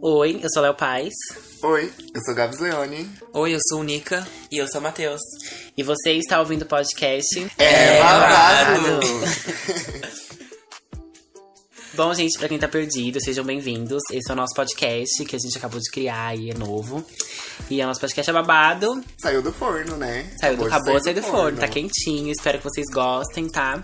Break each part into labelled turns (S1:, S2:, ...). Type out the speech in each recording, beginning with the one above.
S1: Oi, eu sou Léo Paz.
S2: Oi, eu sou Gabs Leone.
S3: Oi, eu sou o Nica.
S4: E eu sou o Matheus.
S1: E você está ouvindo o podcast.
S2: É, babado!
S1: Bom, gente, pra quem tá perdido, sejam bem-vindos. Esse é o nosso podcast que a gente acabou de criar e é novo. E é o nosso podcast é babado.
S2: Saiu do forno, né?
S1: Saiu do
S2: de
S1: acabou,
S2: sair
S1: saiu do forno. Tá quentinho, espero que vocês gostem, tá?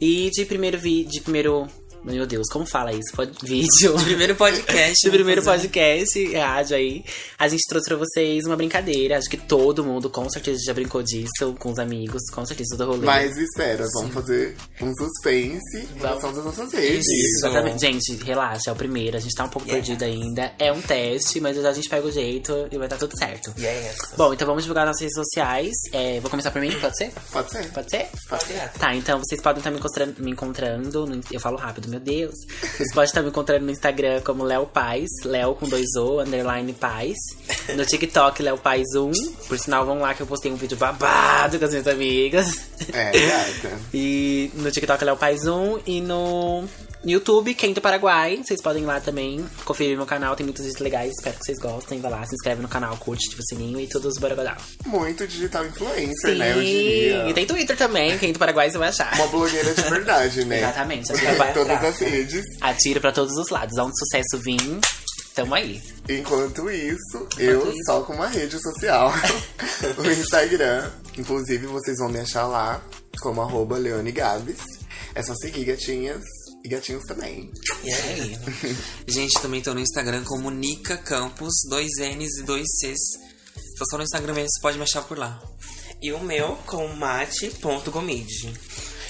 S1: E de primeiro vídeo. De primeiro. Meu Deus, como fala isso? Pod- Vídeo.
S3: Primeiro podcast.
S1: Do primeiro
S3: vamos
S1: podcast, rádio aí, a gente trouxe pra vocês uma brincadeira. Acho que todo mundo com certeza já brincou disso, com os amigos, com certeza do rolê.
S2: Mas espera, vamos fazer um suspense um em relação das nossas redes.
S3: Isso.
S1: Exatamente. Gente, relaxa, é o primeiro. A gente tá um pouco perdido ainda. É um teste, mas a gente pega o jeito e vai dar tudo certo.
S3: fazer. Yes.
S1: Bom, então vamos divulgar nossas redes sociais. É, vou começar por mim, pode ser?
S2: Pode ser?
S1: Pode ser?
S2: Pode ser.
S1: Tá, então vocês podem estar me, encontra- me encontrando. no- eu falo rápido, meu Deus. Vocês podem estar me encontrando no Instagram como Léo Paz, Léo com dois O, underline Paz. No TikTok, Léo Paz1. Por sinal, vão lá que eu postei um vídeo babado com as minhas amigas.
S2: É, gata.
S1: E no TikTok, Léo Paz1. E no YouTube, Quem do Paraguai. Vocês podem ir lá também conferir meu canal, tem muitos vídeos legais. Espero que vocês gostem. Vai lá, se inscreve no canal, curte, ativa o sininho e todos os borogodal.
S2: Muito digital influencer, né? Eu diria.
S1: E tem Twitter também, Quem do Paraguai você vai achar.
S2: Uma blogueira de verdade, né?
S1: Exatamente,
S2: Porque
S1: a gente vai
S2: todas
S1: atrás.
S2: as redes.
S1: Atiro pra todos os lados. Onde sucesso vir, tamo aí.
S2: Enquanto isso, eu
S1: isso.
S2: só com uma rede social, o Instagram. Inclusive, vocês vão me achar lá como arroba Leone Gabs. É só seguir gatinhas e gatinhos também.
S3: E
S2: É.
S3: aí? Gente, também tô no Instagram como Nica Campos, dois N's e dois C's. Se eu sou no Instagram mesmo, você pode me achar por lá.
S4: E o meu com mate.gomide.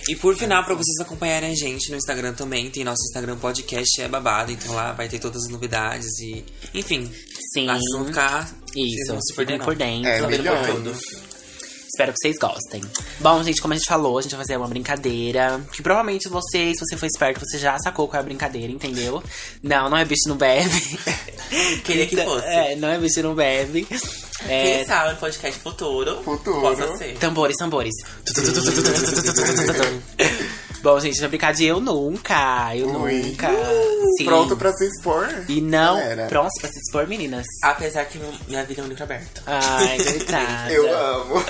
S3: E por final, pra vocês acompanharem a gente no Instagram também, tem nosso Instagram podcast é babado, então lá vai ter todas as novidades e. Enfim.
S1: Sim.
S3: Lá vocês vão ficar. vocês
S1: Isso,
S3: vão se perder,
S1: fiquem por
S3: não.
S1: dentro.
S2: É,
S1: sabendo por tudo.
S2: milhões.
S1: Espero que vocês gostem. Bom, gente, como a gente falou, a gente vai fazer uma brincadeira. Que provavelmente você, se você for esperto, você já sacou qual é a brincadeira, entendeu? Não, não é bicho não bebe.
S4: Queria que
S1: Então,
S4: fosse.
S1: É, não é bicho não bebe. É,
S4: Quem sabe
S3: um
S4: no podcast futuro.
S2: Futuro.
S4: Possa ser.
S1: Tambores, tambores. Bom, gente, vai brincar de eu nunca. Eu
S2: Ui. Uh,
S1: nunca. Sim.
S2: Pronto pra se expor?
S1: E não.
S2: Galera.
S1: Pronto pra se expor, meninas.
S4: Apesar que meu- minha vida é um livro aberto.
S1: Ai, coitada.
S2: Eu amo.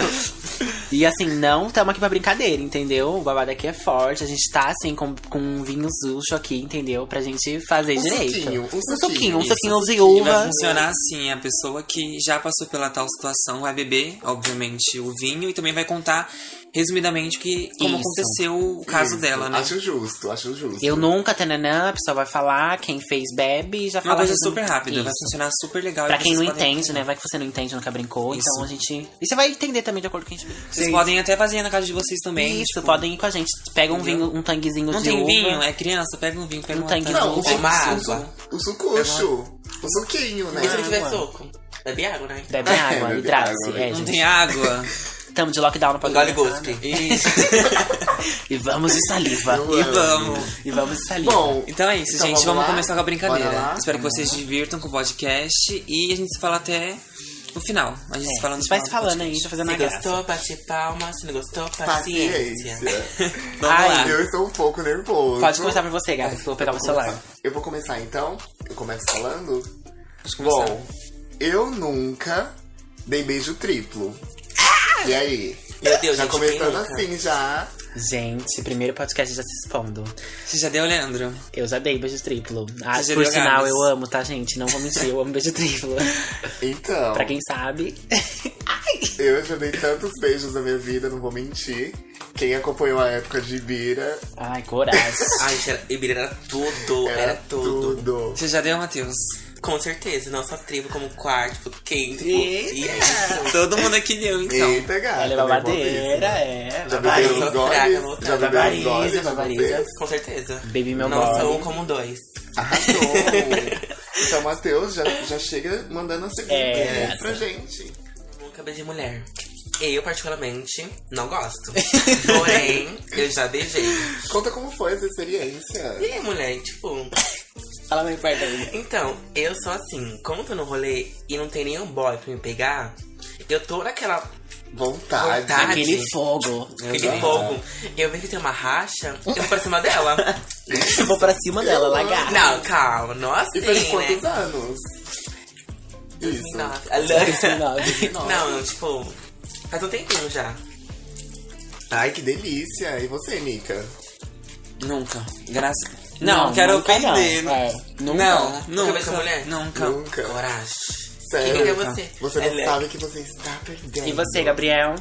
S1: E assim, não estamos aqui pra brincadeira, entendeu? O babado aqui é forte. A gente tá assim com, com um vinho zucho aqui, entendeu? Pra gente fazer
S2: Um
S1: direito.
S2: suquinho, um
S1: um
S2: suquinho,
S1: suquinho, um
S2: isso,
S1: suquinho de
S3: E vai
S1: uva.
S3: funcionar assim, a pessoa que já passou pela tal situação vai beber, obviamente, o vinho e também vai contar resumidamente que, como
S1: Isso.
S3: aconteceu o caso
S2: Isso,
S3: dela, né?
S2: Acho justo, acho justo.
S1: Eu nunca, tananã, a pessoa vai falar, quem fez bebe e já fala.
S3: Uma coisa
S1: resumo-
S3: super rápida, vai
S1: Isso.
S3: funcionar super legal.
S1: Pra
S3: e
S1: quem não
S3: vocês podem-
S1: entende, né? Vai que você não entende, nunca brincou.
S3: Isso.
S1: Então a gente. E você vai entender também de acordo com o que a gente brinca.
S3: Vocês podem até fazer na casa de vocês também.
S1: Isso,
S3: tipo,
S1: podem ir com a gente. Pega um vinho, um tanguezinho
S3: Não
S1: de
S3: tem
S1: uva.
S3: vinho? É criança, pega um vinho, pega
S1: Não
S3: uma
S1: tem
S3: taça.
S1: vinho.
S2: Não, o, su-
S3: Uma
S2: o, su-
S3: água.
S2: o sucucho. O suquinho, né?
S4: E se não tiver
S1: Água.
S4: soco? Bebe água, né?
S1: Bebe água,
S2: Bebe
S1: hidrate-se.
S2: água,
S1: É,
S3: Não
S1: gente.
S3: tem água.
S1: Tamo de lockdown, não pode né?
S4: Gole
S1: beber
S4: guspe.
S1: nada. E vamos de saliva.
S2: Eu
S3: e
S2: amo.
S3: vamos.
S1: E vamos de saliva.
S2: Bom,
S3: Então é isso,
S2: então
S3: gente. Vamos
S2: lá?
S3: começar com a brincadeira.
S2: Bora lá?
S3: Espero que vocês se divirtam com o podcast e a gente se fala até o final. A gente
S1: É,
S3: se fala
S1: a
S3: no
S1: gente vai
S3: final
S1: se
S3: do
S1: falando
S3: podcast.
S1: aí, tá fazendo a
S4: Se
S1: graça.
S4: gostou, bate palma. Se não gostou, paciência.
S2: Paciência.
S3: Vamos
S1: Ai,
S3: lá.
S2: Eu estou um pouco nervoso.
S1: Pode começar por você, Gabi, que eu vou pegar meu celular.
S2: Eu vou começar então. Eu começo falando.
S3: Pode começar.
S2: Bom, eu nunca dei beijo triplo. E aí?
S4: Meu Deus,
S2: Já
S4: gente,
S2: começando
S4: quem nunca?
S2: assim, já.
S1: Gente, primeiro podcast já se expondo.
S3: Você já deu, Leandro?
S1: Eu já dei beijo triplo. Ah,
S3: Você já
S1: por
S3: deu,
S1: sinal,
S3: Gabs?
S1: eu amo, tá, gente? Não vou mentir, eu amo beijo triplo.
S2: Então,
S1: pra quem sabe.
S2: eu já dei tantos beijos na minha vida, não vou mentir. Quem acompanhou a época de Ibira
S1: Ai, coragem.
S4: Ai, gente, era- Ibira era tudo. Era,
S2: era,
S4: tudo.
S2: tudo.
S3: Você já deu, Matheus?
S4: Com certeza. Não só tribo, como quarto, tipo, quinto.
S1: Eita!
S4: E é isso.
S3: Todo mundo aqui deu, então.
S2: Eita, gata.
S1: Ela é babadeira, é.
S2: Já
S1: babadeira.
S2: bebeu os
S4: Traga,
S2: goles?
S4: volta.
S2: Já bebeu os
S1: Babariza,
S2: goles? de
S1: babariza.
S2: vocês?
S4: Com certeza.
S1: Bebi meu
S4: Nossa,
S1: gole.
S4: um como dois.
S2: Arrasou. então, Matheus já, já chega mandando a segunda
S1: É.
S2: né, pra gente.
S4: Nunca beijei mulher. Eu, particularmente, não gosto. Porém, eu já beijei.
S2: Conta como foi essa experiência.
S4: E aí, mulher, tipo...
S1: Fala meio perto aí.
S4: Então, eu sou assim, como eu tô no rolê e não tem nenhum boy pra me pegar, eu tô naquela
S2: Vontade.
S4: Vontade.
S1: Aquele fogo.
S4: Aquele fogo. Eu vejo que tem uma racha, eu vou pra cima dela.
S1: Eu vou pra cima dela, lagarto.
S4: Não, assim, né? calma, nossa.
S2: E faz quantos anos? Isso.
S1: Não,
S4: Não, tipo, faz um tempinho já.
S2: Ai, que delícia. E você, Nica?
S3: Nunca. Graças. Não, quero
S1: nunca não.
S3: ofender.
S1: É,
S3: Não,
S1: nunca.
S3: não,
S4: Nunca beijou mulher?
S3: Nunca.
S2: Nunca.
S4: Coragem.
S2: Sério? tá.
S4: Quem é você?
S2: Você
S4: É
S2: não
S4: leve.
S2: sabe que você está perdendo.
S1: E você, Gabriel?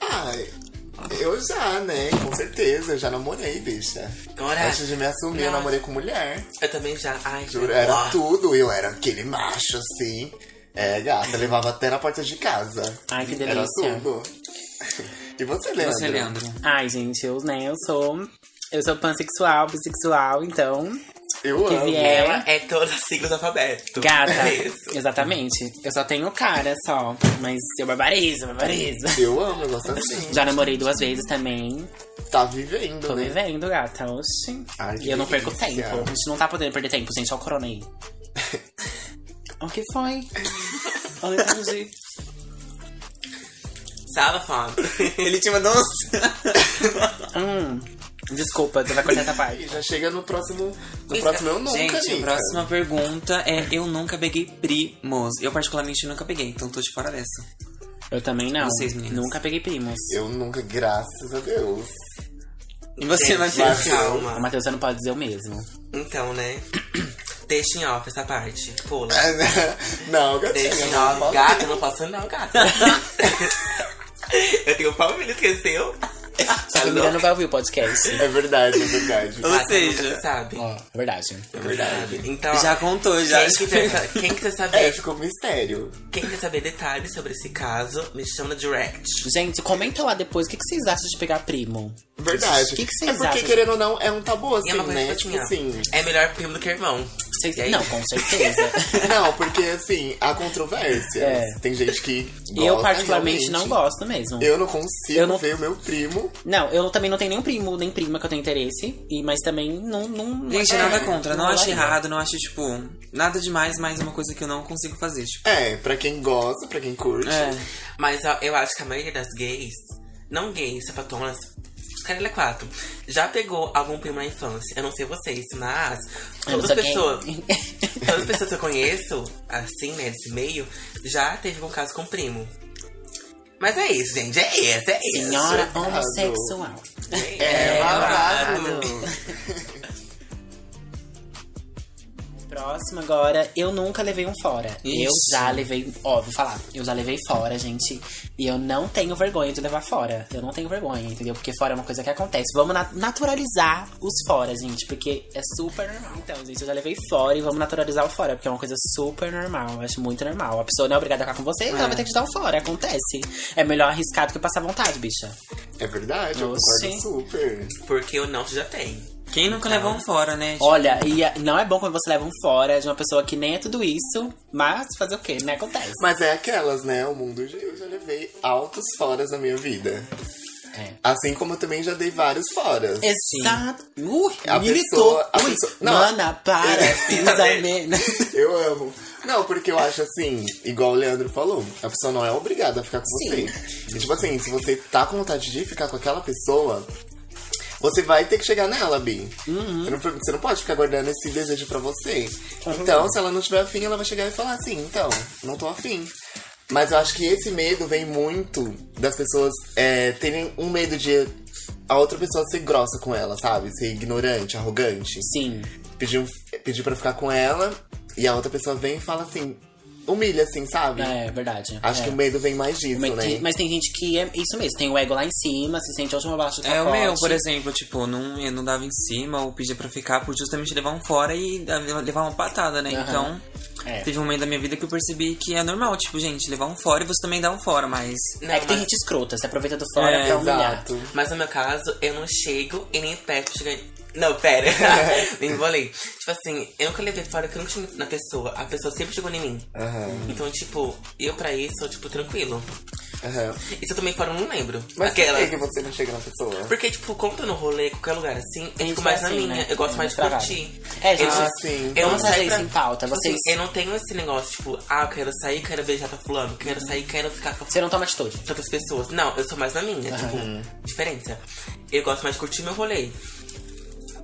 S2: Ai, eu já, né? Com certeza. Eu já namorei, bicha.
S4: Coragem.
S2: Antes de me assumir, eu
S4: Não.
S2: namorei com mulher.
S4: Eu também já. Ai,
S2: Juro,
S4: gente,
S2: era
S4: ó.
S2: tudo. Eu era aquele macho, assim. É, gata, levava até na porta de casa.
S1: Ai, que
S2: Era
S1: delícia.
S2: tudo. E você,
S3: E
S2: Leandro?
S3: Você, Leandro.
S1: Ai, gente, eu, né, eu sou... Eu sou pansexual, bissexual, então...
S2: Eu
S1: Que
S2: amo.
S1: vier.
S4: Ela é todas as siglas do alfabeto.
S1: Gata.
S4: É isso.
S1: Exatamente. Eu só tenho cara, só. Mas eu barbarizo, barbarizo.
S2: Eu amo, eu gosto assim.
S1: Já namorei duas vezes também.
S2: Tá vivendo,
S1: Tô
S2: né?
S1: vivendo, gata. Oxi.
S2: Ai, que
S1: e eu não perco
S2: delícia.
S1: tempo. A gente não tá podendo perder tempo, gente. Olha o corona aí. o que foi? Eu não entendi.
S4: Sala fome.
S3: Ele te mandou uns...
S1: Hum, desculpa, tu vai cortar essa parte.
S2: E já chega no próximo. No
S4: Isso.
S2: próximo eu nunca,
S3: Gente, a
S2: Nica.
S3: próxima pergunta é Eu nunca peguei primos. Eu particularmente nunca peguei, então tô de fora dessa.
S1: Eu também não.
S3: Vocês, meninas.
S1: Nunca peguei primos.
S2: Eu nunca, graças a Deus.
S3: E você,
S4: Gente,
S3: Matheus?
S1: O
S4: Calma.
S1: Matheus, você não pode dizer o mesmo.
S4: Então, né? Deixa em off essa parte. Pula.
S2: não,
S4: Deixa
S2: gatinha,
S4: em
S2: É, não,
S4: off.
S2: fala.
S4: Gata, eu não posso não, gata. eu tenho pau, ele esqueceu.
S1: Só que o Miranda vai ouvir o podcast.
S2: É verdade, é verdade.
S3: Ou
S4: Gata,
S3: seja-
S4: nunca se sabe.
S1: Ó, é verdade.
S4: É verdade. Então,
S3: Já contou, já.
S4: Quem quiser, sa- quem quiser
S2: É,
S4: saber,
S2: ficou um mistério.
S4: quem quiser saber detalhes sobre esse caso, me chama no direct.
S1: Gente, comenta lá depois o que, que vocês acham de pegar primo.
S2: Verdade.
S1: O que que
S2: é
S1: vocês
S2: porque,
S1: acham?
S2: querendo ou não, é um tabu, assim,
S4: E é uma coisa
S2: né?
S4: tipo
S2: Tipo
S4: assim, ó,
S2: assim.
S4: É melhor primo do que irmão.
S1: Vocês-
S4: E aí?
S1: Não, com certeza.
S2: Não, porque assim, há controvérsias.
S1: É.
S2: Tem gente que. Gosta,
S1: eu particularmente
S2: realmente.
S1: não gosto mesmo.
S2: Eu não consigo
S1: Eu não-
S2: ver o meu primo.
S1: Não, eu também não tenho nenhum primo, nem prima que eu tenho interesse. E, mas também não. não
S3: Gente,
S1: é,
S3: nada contra. Não acho
S1: é.
S3: errado, não acho, tipo, nada demais, mas é uma coisa que eu não consigo fazer. Tipo,
S2: É, pra quem gosta, pra quem curte.
S3: é.
S4: Mas ó, eu acho que a maioria das gays, não gays, sapatonas, Caralho, é quatro. Já pegou algum primo na infância? Eu não sei vocês, mas
S1: Eu não é
S4: todas
S1: sou
S4: as
S1: gay.
S4: pessoas. Todas Então, as pessoas que eu conheço, assim, né, desse meio, já teve algum caso com um primo. Mas é isso, gente. É isso, é isso.
S1: Senhora homossexual.
S2: É, babado.
S1: Próximo agora, eu nunca levei um fora. Eu
S3: Isso.
S1: já levei, ó, vou falar, eu já levei fora, gente. E eu não tenho vergonha de levar fora. Eu não tenho vergonha, entendeu? Porque fora é uma coisa que acontece. Vamos na- naturalizar os fora, gente, porque é super normal. Então, gente, eu já levei fora e vamos naturalizar o fora, porque é uma coisa super normal. Eu acho muito normal. A pessoa não é obrigada a ficar com você, então ela vai ter que te dar um fora. Acontece. É melhor arriscar do que passar vontade, bicha.
S2: É verdade, eu
S1: Oxi.
S2: concordo super.
S4: Porque eu não já Então, tenho.
S3: Quem nunca levou um fora, né? Tipo,
S1: Tá. Olha, e a- não é bom quando você leva um fora de uma pessoa que nem é tudo isso, mas fazer o quê? Não acontece.
S2: Mas é aquelas, né? O mundo já- eu já levei altos foras na minha vida.
S1: É.
S2: Assim como eu também já dei vários foras.
S1: Exato. Ui,
S2: A
S1: militou.
S2: pessoa- a
S1: Ui,
S2: pessoa- não.
S1: Mana, para, pisa menos.
S2: Eu amo. Não, porque eu acho assim, igual o Leandro falou, a pessoa não é obrigada a ficar com
S1: Sim.
S2: você. E tipo assim, se você tá com vontade de ficar com aquela pessoa, você vai ter que chegar nela, Bi. Você, não, você não pode ficar guardando esse desejo pra você. Então, se ela não tiver afim, ela vai chegar e falar assim, então, não tô afim. Mas eu acho que esse medo vem muito das pessoas é, terem um medo de a outra pessoa ser grossa com ela, sabe? Ser ignorante, arrogante
S1: Sim.
S2: pediu, pediu pra ficar com ela e a outra pessoa vem e fala assim, humilha assim, sabe?
S1: É verdade.
S2: Acho
S1: é.
S2: que o medo vem mais disso,
S1: Mas,
S2: né?
S1: tem- mas tem gente que é isso mesmo, tem o ego lá em cima, se sente a última baixa do
S3: É o
S1: pacote.
S3: meu, por exemplo, tipo, não, eu não dava em cima ou pedia pra ficar por justamente levar um fora e dar- levar uma patada, né?
S1: Aham.
S3: Então,
S1: É.
S3: teve um momento da minha vida que eu percebi que é normal, tipo, gente, levar um fora e você também dá um fora, mas.
S4: Não,
S1: É que tem
S4: mas-
S1: gente escrota, se aproveita do fora
S3: É,
S1: pra humilhar.
S2: Exato.
S4: Mas no meu caso, eu não chego e nem perto de ganhar. Não, pera. Me embolei. Tipo assim, eu nunca levei fora que eu não tinha na pessoa. A pessoa sempre chegou em mim.
S2: Aham.
S4: Então, tipo, eu pra isso, eu, tipo, tranquilo.
S2: Aham.
S4: Isso eu também fora, eu não lembro.
S2: Mas
S4: Aquela.
S2: por
S1: é
S2: que, que você não chega na pessoa?
S4: Porque, tipo, como tô no rolê, qualquer lugar assim, eu
S1: Gente,
S4: fico mais
S1: é
S4: na
S1: assim,
S4: minha.
S1: né?
S4: Eu gosto
S1: É
S4: mais de
S1: travado.
S4: curtir.
S1: É, gente,
S4: Eu-
S2: Ah, sim.
S4: Eu não
S1: Vamos trazer
S4: saio pra...
S1: isso em pauta,
S4: Tipo
S1: vocês-
S4: assim, eu não tenho esse negócio, tipo, ah, eu quero sair, quero beijar pra fulano, quero sair, quero ficar com
S1: Você não toma atitude.
S4: tantas pessoas. Não, eu sou mais na minha, tipo, diferença. Eu gosto mais de curtir meu rolê.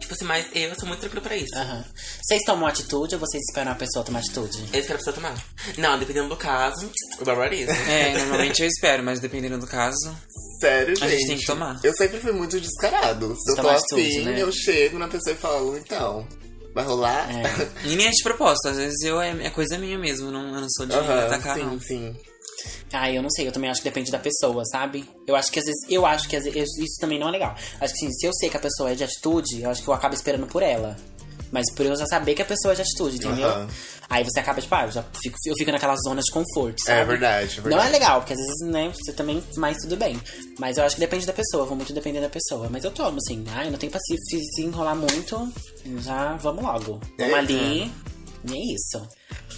S4: Tipo assim, mas eu sou muito tranquilo pra isso.
S1: Aham. Vocês tomam atitude ou vocês esperam a pessoa tomar atitude?
S4: Eu espero a pessoa tomar. Não, dependendo do caso, o barbarismo.
S3: É,
S1: né?
S3: normalmente eu espero, mas dependendo do caso.
S2: Sério, gente.
S3: A gente tem que tomar.
S2: Eu sempre fui muito descarado. Se eu tô
S1: Tomar
S2: assim,
S1: atitude, né?
S2: eu chego na pessoa e falo, então, vai rolar?
S1: É.
S3: E nem é de propósito, às vezes eu é, é coisa minha mesmo, não, eu não sou de
S2: Aham,
S3: atacar,
S2: sim,
S3: não.
S2: sim.
S1: Ah, eu não sei, eu também acho que depende da pessoa, sabe? Eu acho que às vezes, eu acho que às vezes, isso também não é legal. Acho que assim, se eu sei que a pessoa é de atitude, eu acho que eu acabo esperando por ela. Mas por eu já saber que a pessoa é de atitude, entendeu?
S2: Aham.
S1: Aí você acaba, tipo, ah, eu, já fico, eu fico naquela zona de conforto, sabe?
S2: É verdade, é verdade.
S1: Não é legal, porque às vezes, né, você também, mas tudo bem. Mas eu acho que depende da pessoa, vou muito depender da pessoa. Mas eu tomo, assim, ah, eu não tenho pra se, se- se enrolar muito, já vamos logo. Vamos
S2: É,
S1: ali, e é isso.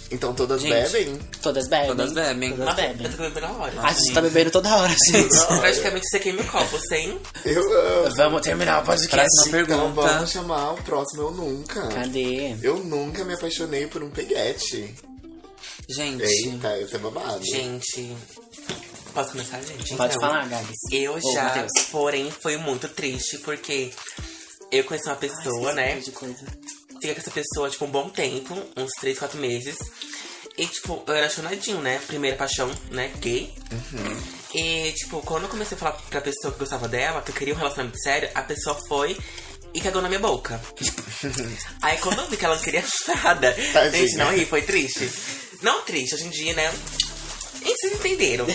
S2: Então todas
S3: Gente,
S2: bebem?
S1: Todas bebem.
S3: Todas bebem.
S1: Todas
S4: Mas
S1: bebem.
S4: eu tô bebendo na hora.
S1: A gente tá bebendo toda hora, gente.
S4: Praticamente você queima o copo, sem.
S2: Eu amo.
S1: Vamos terminar o podcast.
S3: Próxima
S2: Então
S3: é pergunta.
S2: vamos chamar o próximo Eu Nunca.
S1: Cadê?
S2: Eu nunca me apaixonei por um peguete.
S3: Gente,
S2: Eita, isso é babado.
S4: Gente. Posso começar, gente?
S1: Pode
S4: Então,
S1: falar, Gabs.
S4: Eu
S1: Ô,
S4: já,
S1: Matheus.
S4: porém, foi muito triste porque eu conheci uma pessoa, né?
S1: tipo De coisa.
S4: Fiquei com essa pessoa, tipo, um bom tempo, uns 3, 4 meses. E, tipo, eu era apaixonadinho, né? Primeira paixão, né? Gay.
S1: Uhum.
S4: E, tipo, quando eu comecei a falar pra pessoa que gostava dela, que eu queria um relacionamento sério, a pessoa foi e cagou na minha boca. Aí quando eu vi que ela não queria nada,
S2: Tadinha.
S4: gente, não ri, foi triste. Não triste, hoje em dia, né? E vocês entenderam.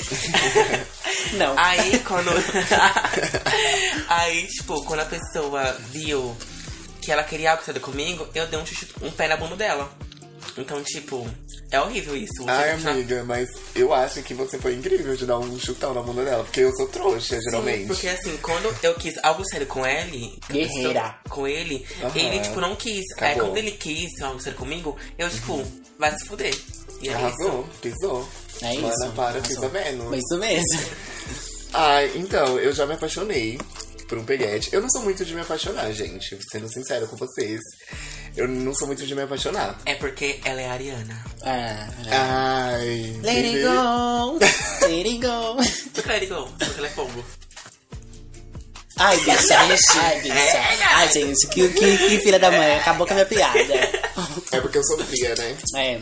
S1: Não.
S4: Aí quando. aí, tipo, quando a pessoa viu que ela queria algo sério comigo, eu dei um, chuchu- um pé na bunda dela. Então, tipo, é horrível isso. Você
S2: Ai,
S4: continuar-
S2: Ah, amiga, mas eu acho que você foi incrível de dar um chutão na bunda dela, porque eu sou trouxa, geralmente.
S4: Sim,
S1: é
S4: porque assim, quando eu quis algo sério com ele, com a
S1: Guerreira.
S4: pessoa- com ele,
S2: Aham.
S4: ele, tipo, não quis. Aí
S2: Acabou.
S4: quando ele quis algo sério comigo, eu, tipo, vai se fuder. E é isso.
S2: Arrasou, pisou.
S1: É isso.
S2: Mana, para,
S1: Arrasou.
S2: pisa menos.
S1: Foi isso mesmo.
S2: Ai, então, eu já me apaixonei por um peguete. Eu não sou muito de me apaixonar, gente. Sendo sincero com vocês. Eu não sou muito de me apaixonar.
S4: É porque ela é a Ariana.
S1: Ah.
S2: Ai.
S1: Let it
S2: bebê.
S1: go. Let it go.
S4: Porque ela é igual, porque ela é fogo.
S1: Ai, bicha. Ai, bicha. Ai, gente, que, que, que filha da mãe. Acabou com a minha piada.
S2: É porque eu sofria, né?
S1: É.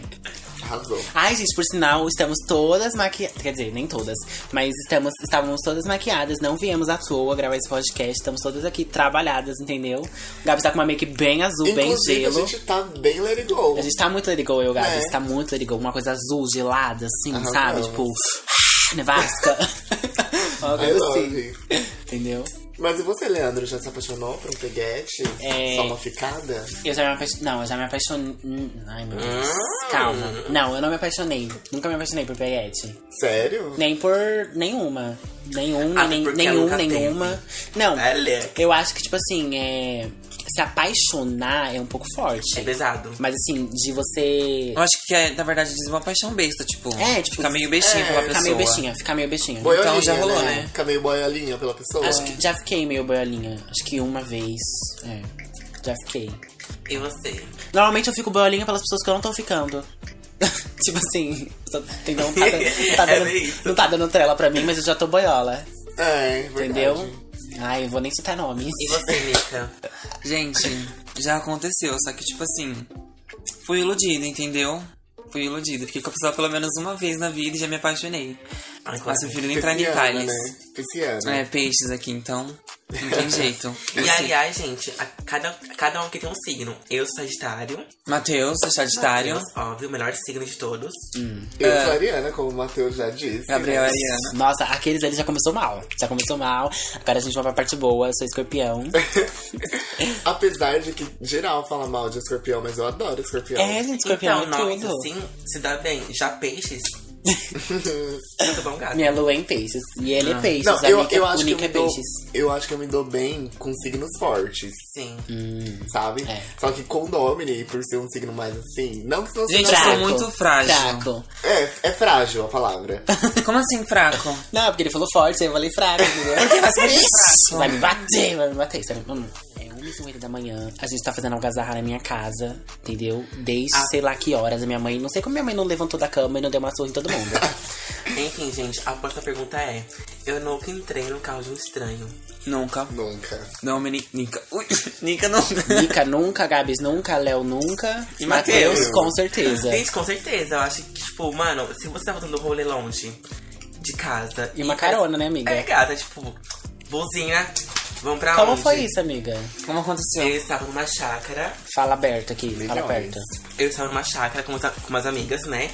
S2: Arrasou.
S1: Ai, gente, por sinal, estamos todas maquiadas. Quer dizer, nem todas, mas estamos, estávamos todas maquiadas, não viemos à toa gravar esse podcast, estamos todas aqui trabalhadas, entendeu? O Gabi tá com uma make bem azul,
S2: Inclusive,
S1: bem gelo.
S2: a gente tá bem let it go.
S1: A gente tá muito let it go, eu, Gabi.
S2: É.
S1: A gente tá muito let it go. Uma coisa azul, gelada, assim,
S2: Aham,
S1: sabe?
S2: vamos.
S1: Tipo, nevasca. Uma
S2: I
S1: coisa
S2: love
S1: assim.
S2: it.
S1: Entendeu?
S2: Mas e você, Leandro, já se apaixonou por um peguete?
S1: É.
S2: Só uma ficada?
S1: Eu já me apaixonei. Não, eu já me apaixonei. Hum, Ai, meu Deus. Calma. Não, eu não me apaixonei. Nunca me apaixonei por peguete.
S2: Sério?
S1: Nem por nenhuma. Nenhum,
S4: Ah,
S1: nem,
S4: porque
S1: nenhum,
S4: nunca teve.
S1: nenhuma. Não.
S2: É.
S4: Ela.
S1: Eu acho que, tipo assim, é. Se apaixonar é um pouco
S4: É
S1: forte.
S4: pesado.
S1: Mas assim, de você.
S3: eu acho que é, na verdade, diz uma paixão besta, tipo.
S1: É, tipo,
S3: Ficar meio bestinho
S2: é,
S3: pela pessoa.
S1: Ficar meio bestinha, ficar meio bestinha.
S2: Boiolinha,
S3: já rolou, né?
S2: Fica meio boiolinha pela pessoa.
S1: Acho que já fiquei meio boiolinha. Acho que uma vez. É. Já fiquei.
S4: E você?
S1: Normalmente eu fico boiolinha pelas pessoas que eu não tô ficando. tipo assim, só- entendeu? Não tá, dando, não, tá
S4: É
S1: dando,
S4: bem isso.
S1: não tá dando trela pra mim, mas eu já tô boiola.
S2: É, verdade.
S1: Entendeu? Ai, eu vou nem citar nomes.
S4: E você, Mika?
S3: Gente, já aconteceu, só que tipo assim, fui iludido, entendeu? Fui iludido, fiquei com a pessoa pelo menos uma vez na vida e já me apaixonei.
S4: Ai,
S3: Mas eu prefiro nem entrar em
S2: Pisciana,
S3: detalhes.
S2: né? Pisciana.
S3: É, peixes aqui, então não tem jeito.
S4: E
S3: Você,
S4: aliás, gente, a cada, cada um aqui tem um signo. Eu sou Sagitário.
S3: Matheus, Sagitário,
S4: Deus, óbvio, o melhor signo de todos.
S2: Eu sou a Ariana, como o Matheus já disse.
S3: Gabriel e
S2: né?
S3: Ariana.
S1: Nossa, aqueles ali já começou mal. Já começou mal. Agora a gente vai pra parte boa. Eu sou escorpião.
S2: Apesar de que geral fala mal de escorpião, mas eu adoro escorpião.
S1: É, gente, escorpião
S4: então,
S1: é
S4: nós,
S1: tudo.
S4: assim, se dá bem. Já peixes. Muito bom, gato.
S1: Minha lua é em peixes. E ele é peixes.
S2: Não,
S1: a
S2: eu,
S1: Nica-
S2: eu
S1: o
S2: acho que eu
S1: Nica
S2: me
S1: é
S2: dou,
S1: peixes.
S2: eu acho que eu me dou bem com signos fortes.
S4: Sim.
S2: sabe?
S1: É.
S2: Só que Condomine, por ser um signo mais assim. Não que não
S1: ah,
S2: seja.
S3: Gente, eu sou muito frágil.
S1: Fraco.
S2: É, é frágil a palavra.
S3: Como assim fraco?
S1: Não, porque ele falou forte, aí eu falei fraco, entendeu?
S3: Mas muito fraco.
S1: vai me bater, vai me bater. Sabe? Hum. É 1h50 da manhã, a gente tá fazendo algazarra na minha casa, entendeu? Desde sei lá que horas a minha mãe. Não sei como minha mãe não levantou da cama e não deu uma surra em todo mundo.
S4: Enfim, gente, a próxima pergunta é: Eu nunca entrei no carro de um estranho.
S3: Nunca.
S2: Nunca.
S3: Não, meni- Nica. Ui, Nica nunca.
S1: Mica nunca, Gabs nunca, Léo nunca.
S3: E
S1: Matheus,
S3: Matheus.
S1: com certeza.
S4: Gente, com certeza, eu acho que, tipo, mano, se você tá voltando do rolê longe de casa.
S1: E uma carona, né, amiga?
S4: É, gata, tipo, buzina, vamos pra
S1: Como
S4: onde?
S1: foi isso, amiga?
S3: Como aconteceu?
S4: Eu estava numa chácara,
S1: Fala aberto aqui, fala
S2: Milhões.
S1: aberto.
S4: eu estava numa chácara com, umas- com umas amigas, né?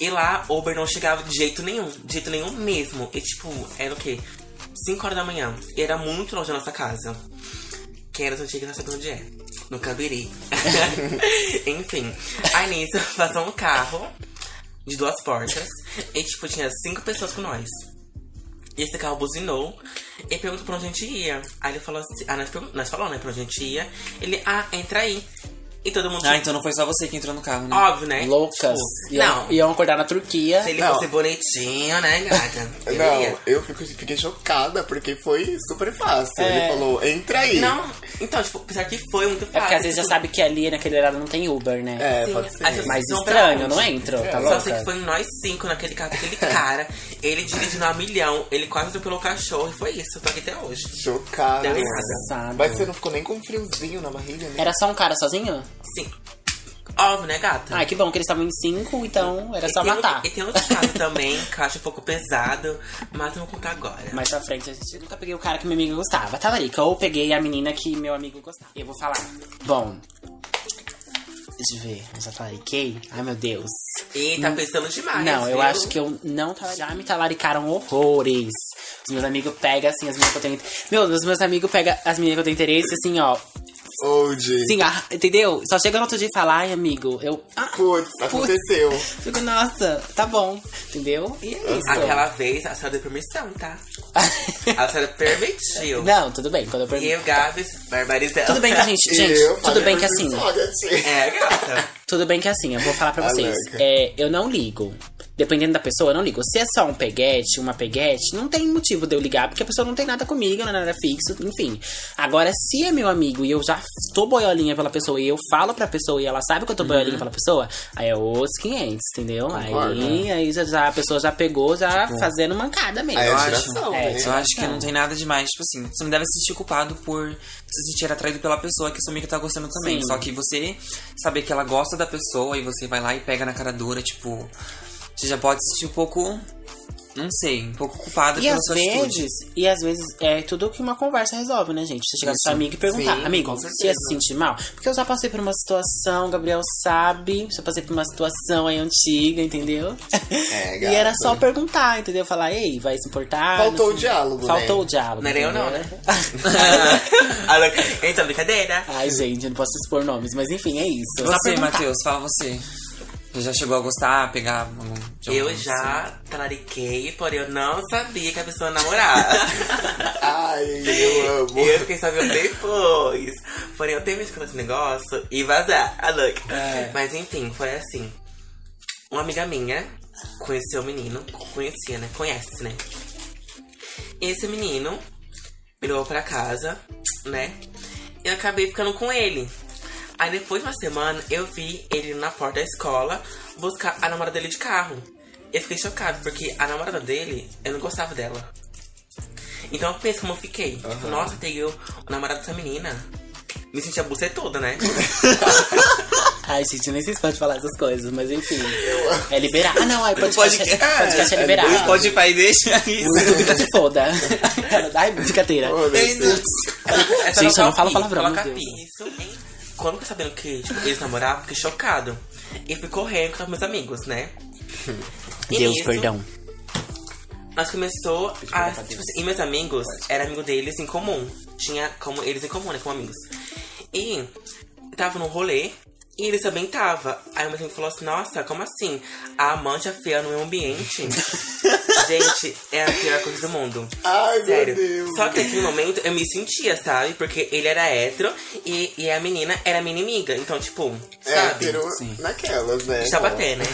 S4: E lá, Uber não chegava de jeito nenhum, de jeito nenhum mesmo. E tipo, era o quê? 5 horas da manhã. E era muito longe da nossa casa. Quem era essa antiga não sabe onde é. No Cambiri. Enfim. Aí nisso, passou um carro de duas portas. E tipo, tinha cinco pessoas com nós. E esse carro buzinou e perguntou pra onde a gente ia. Aí ele falou assim, ah, nós, pergun- nós falou, né, pra onde a gente ia. Ele, ah, entra aí. E todo mundo.
S3: Ah, então não foi só você que entrou no carro, né?
S4: Óbvio,
S1: É
S4: né?
S1: Loucas.
S4: Tipo,
S1: Iam-
S4: não.
S1: Iam acordar na Turquia.
S4: Se ele
S2: Não.
S4: fosse bonitinho, né, gata? Eu
S2: Não,
S4: iria.
S2: eu fico- fiquei chocada porque foi super fácil.
S1: É.
S2: Ele falou, entra aí.
S4: Não, então, tipo, apesar que foi muito fácil.
S1: É porque às vezes já sabe que ali naquele horário não tem Uber, né?
S2: É,
S4: Sim,
S2: pode ser.
S4: aí você-
S1: Mas
S4: Então, pra
S1: estranho, eu
S4: onde?
S1: não entro, tá
S4: Só sei que
S1: louca?
S4: foi nós cinco naquele carro, aquele cara. ele dirigindo a milhão, ele quase atropelou o cachorro e foi isso. Eu tô aqui até hoje.
S2: Chocada.
S4: Deu errado.
S1: Engraçado.
S2: Mas você não ficou nem com um friozinho na barriga, né?
S1: Era só um cara sozinho?
S4: Sim. Óbvio, né, gata?
S1: Ah, que bom que eles estavam em cinco, então era só
S4: e tem
S1: matar.
S4: outro- e tem outro caso também, que eu acho um pouco pesado, mas eu vou contar agora.
S1: Mais pra frente, a gente eu nunca peguei o cara que meu amigo gostava. Tá, Marica? Ou peguei a menina que meu amigo gostava. Eu vou falar. Bom. Deixa eu ver. Eu já talariquei? Ai, meu Deus.
S4: E tá pensando demais.
S1: Hum. Não, eu
S4: viu?
S1: acho que eu não talariquei. Já me talaricaram horrores. Os meus amigos pegam, assim, as meninas que eu tenho... Meu, os meus amigos pegam as meninas que eu tenho interesse, assim, ó.
S2: Old.
S1: Assim, ah, entendeu? Só chega no outro dia e fala, ai, amigo, eu... Ah,
S2: Putz, aconteceu.
S1: Fico, nossa, tá bom. Entendeu? E é isso.
S4: Ah, Aquela vez a senhora deu permissão, tá? A senhora permitiu.
S1: não, tudo bem. Quando eu
S4: E
S1: pergunto...
S4: eu, Gabs, barbarizando.
S1: Tudo bem então. que a gente... Gente,
S2: E eu
S1: tudo
S2: falei
S1: bem que
S2: pra
S1: assim...
S2: mim, olha, tia.
S4: É, gata.
S1: Tudo bem que assim, eu vou falar pra
S2: Tá
S1: vocês.
S2: louca.
S1: É, eu não ligo. Dependendo da pessoa, eu não ligo. Se é só um peguete, uma peguete, não tem motivo de eu ligar, porque a pessoa não tem nada comigo, não é nada fixo, enfim. Agora, se é meu amigo e eu já tô boiolinha pela pessoa e eu falo pra pessoa e ela sabe que eu tô boiolinha pela pessoa, aí é os 500, entendeu?
S2: Uhum. Concordo. né? Tipo,
S1: Aí, aí já, já a pessoa já pegou, já fazendo mancada mesmo.
S2: Aí é
S3: acho-
S2: geração,
S1: é,
S2: né?
S1: eu
S3: Eu acho que
S1: Não.
S3: não tem nada demais, tipo assim, você não deve se sentir culpado por se sentir atraído pela pessoa que sua amiga tá gostando também.
S1: Sim.
S3: Só que você saber que ela gosta da pessoa e você vai lá e pega na cara dura, tipo, você já pode se sentir um pouco, não sei, um pouco culpado
S1: E
S2: é
S3: pela
S1: às
S3: sua atitude.
S1: vezes, e às vezes é tudo que uma conversa resolve, né, gente? Você chegar pro seu amigo e perguntar,
S2: Sim,
S1: amigo,
S2: com
S1: você ia
S2: certeza.
S1: se sentir mal? Porque eu já passei por uma situação, o Gabriel sabe, já passei por uma situação aí antiga, entendeu?
S2: É,
S1: e
S2: gata.
S1: era só perguntar, entendeu? Falar, ei, vai se importar? Não
S2: Faltou o
S1: sei-
S2: diálogo,
S1: Faltou
S2: né?
S1: o diálogo.
S4: Não era eu, não, né?
S1: entendeu?
S4: A louca- então, brincadeira.
S1: Ai, gente, eu não posso expor nomes, mas enfim, é isso. Só
S3: Você,
S1: perguntar.
S3: Matheus, fala você. Você já chegou a gostar, pegar algum- de
S4: Eu
S3: algum- assim?
S4: já talariquei, porém eu não sabia que a pessoa namorava.
S2: Ai, eu amo.
S4: eu fiquei sabendo depois. Porém eu teve esse negócio e vazar. A louca.
S2: É.
S4: Mas enfim, foi assim. Uma amiga minha conheceu o menino. Conhecia, né? Conhece, né? Esse menino me levou pra casa, né? Eu acabei ficando com ele. Aí depois de uma semana eu vi ele na porta da escola buscar a namorada dele de carro. Eu fiquei chocado, porque a namorada dele, eu não gostava dela. Então pensa como eu fiquei. Tipo, nossa, peguei o o namorado dessa menina. Me senti a bucetuda, né?
S1: Ai, gente, nem sei se pode falar essas coisas, mas enfim. É liberar. Ah, não, aí pode
S3: Pode
S1: podcast, podcast é liberado.
S3: Pode, pode pai, deixa isso.
S1: Fica se foda. Ai, brincadeira.
S2: Oh, meu Deus.
S4: Essa
S1: Gente, eu não
S4: coloca
S1: falo
S4: pi,
S1: palavrão,
S4: Coloca
S1: meu Deus.
S4: pi. Isso, hein? Quando eu fiquei sabendo que tipo, eles namoravam, fiquei chocado. E fui correndo com os meus amigos, né? E
S1: Deus,
S4: nisso,
S1: perdão.
S4: Nós começou a. Tipo assim, e meus amigos era amigo deles em comum. Tinha como eles em comum, né? Como amigos. E tava num rolê. E eles também tava. Aí o meu amigo falou assim, nossa, como assim? A amante é feia no meu ambiente. Gente, é a pior coisa do mundo.
S2: Ai,
S4: Sério.
S2: meu Deus.
S4: Só que naquele momento eu me sentia, sabe? Porque ele era hétero e, e a menina era minha inimiga. Então, tipo,
S2: É,
S4: sabe?
S2: hétero naquelas, né?
S4: Estava
S2: Bom.
S4: até, né?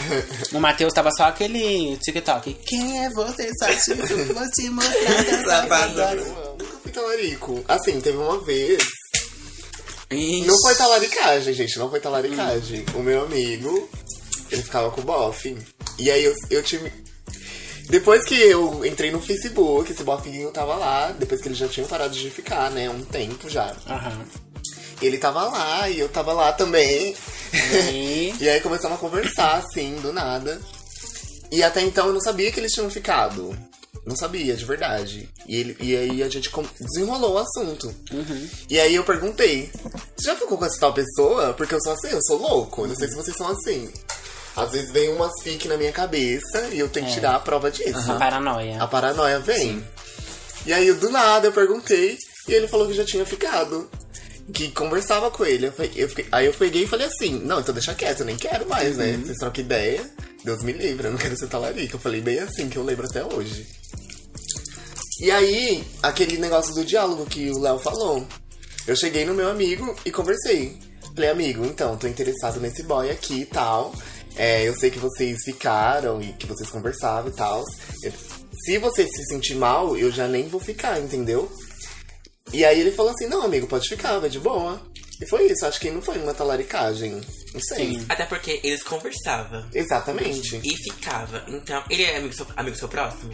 S1: O Matheus tava só aquele TikTok. Quem é você? Só te vou te mostrar. tá
S3: Safado.
S2: Nunca fui talarico. Assim, teve uma vez.
S3: Ixi.
S2: Não foi talaricagem, gente. Não foi talaricagem. O meu amigo, ele ficava com o bofe. E aí eu, eu tive. Depois que eu entrei no Facebook, esse bofinho tava lá. Depois que ele já tinha parado de ficar, né? Um tempo já.
S1: Aham.
S2: Ele tava lá e eu tava lá também.
S1: E
S2: E aí começamos a conversar, assim, do nada. E até então eu não sabia que eles tinham ficado. Não sabia, de verdade. E, ele, e aí a gente com- desenrolou o assunto. E aí eu perguntei: Você já ficou com essa tal pessoa? Porque eu sou assim, eu sou louco. Eu Não sei se vocês são assim. Às vezes vem umas fic na minha cabeça e eu tenho que tirar a prova disso.
S1: a paranoia.
S2: A paranoia vem. E aí, do nada, eu perguntei e ele falou que já tinha ficado. Que conversava com ele. Eu fe- eu fiquei- aí eu peguei e falei assim: Não, então deixa quieto, eu nem quero mais, né? Vocês trocam ideia, Deus me livre, eu não quero ser talarica. Eu falei bem assim, que eu lembro até hoje. E aí, aquele negócio do diálogo que o Léo falou. Eu cheguei no meu amigo e conversei. Falei, amigo, então, tô interessado nesse boy aqui e tal. É, eu sei que vocês ficaram e que vocês conversavam e tal. Eu- Se você se sentir mal, eu já nem vou ficar, entendeu? E aí ele falou assim, não, amigo, pode ficar, vai de boa. E foi isso, acho que não foi uma talaricagem. Não sei.
S4: Até porque eles conversavam.
S2: Exatamente.
S4: E ficava. Então, ele é amigo seu, amigo seu próximo?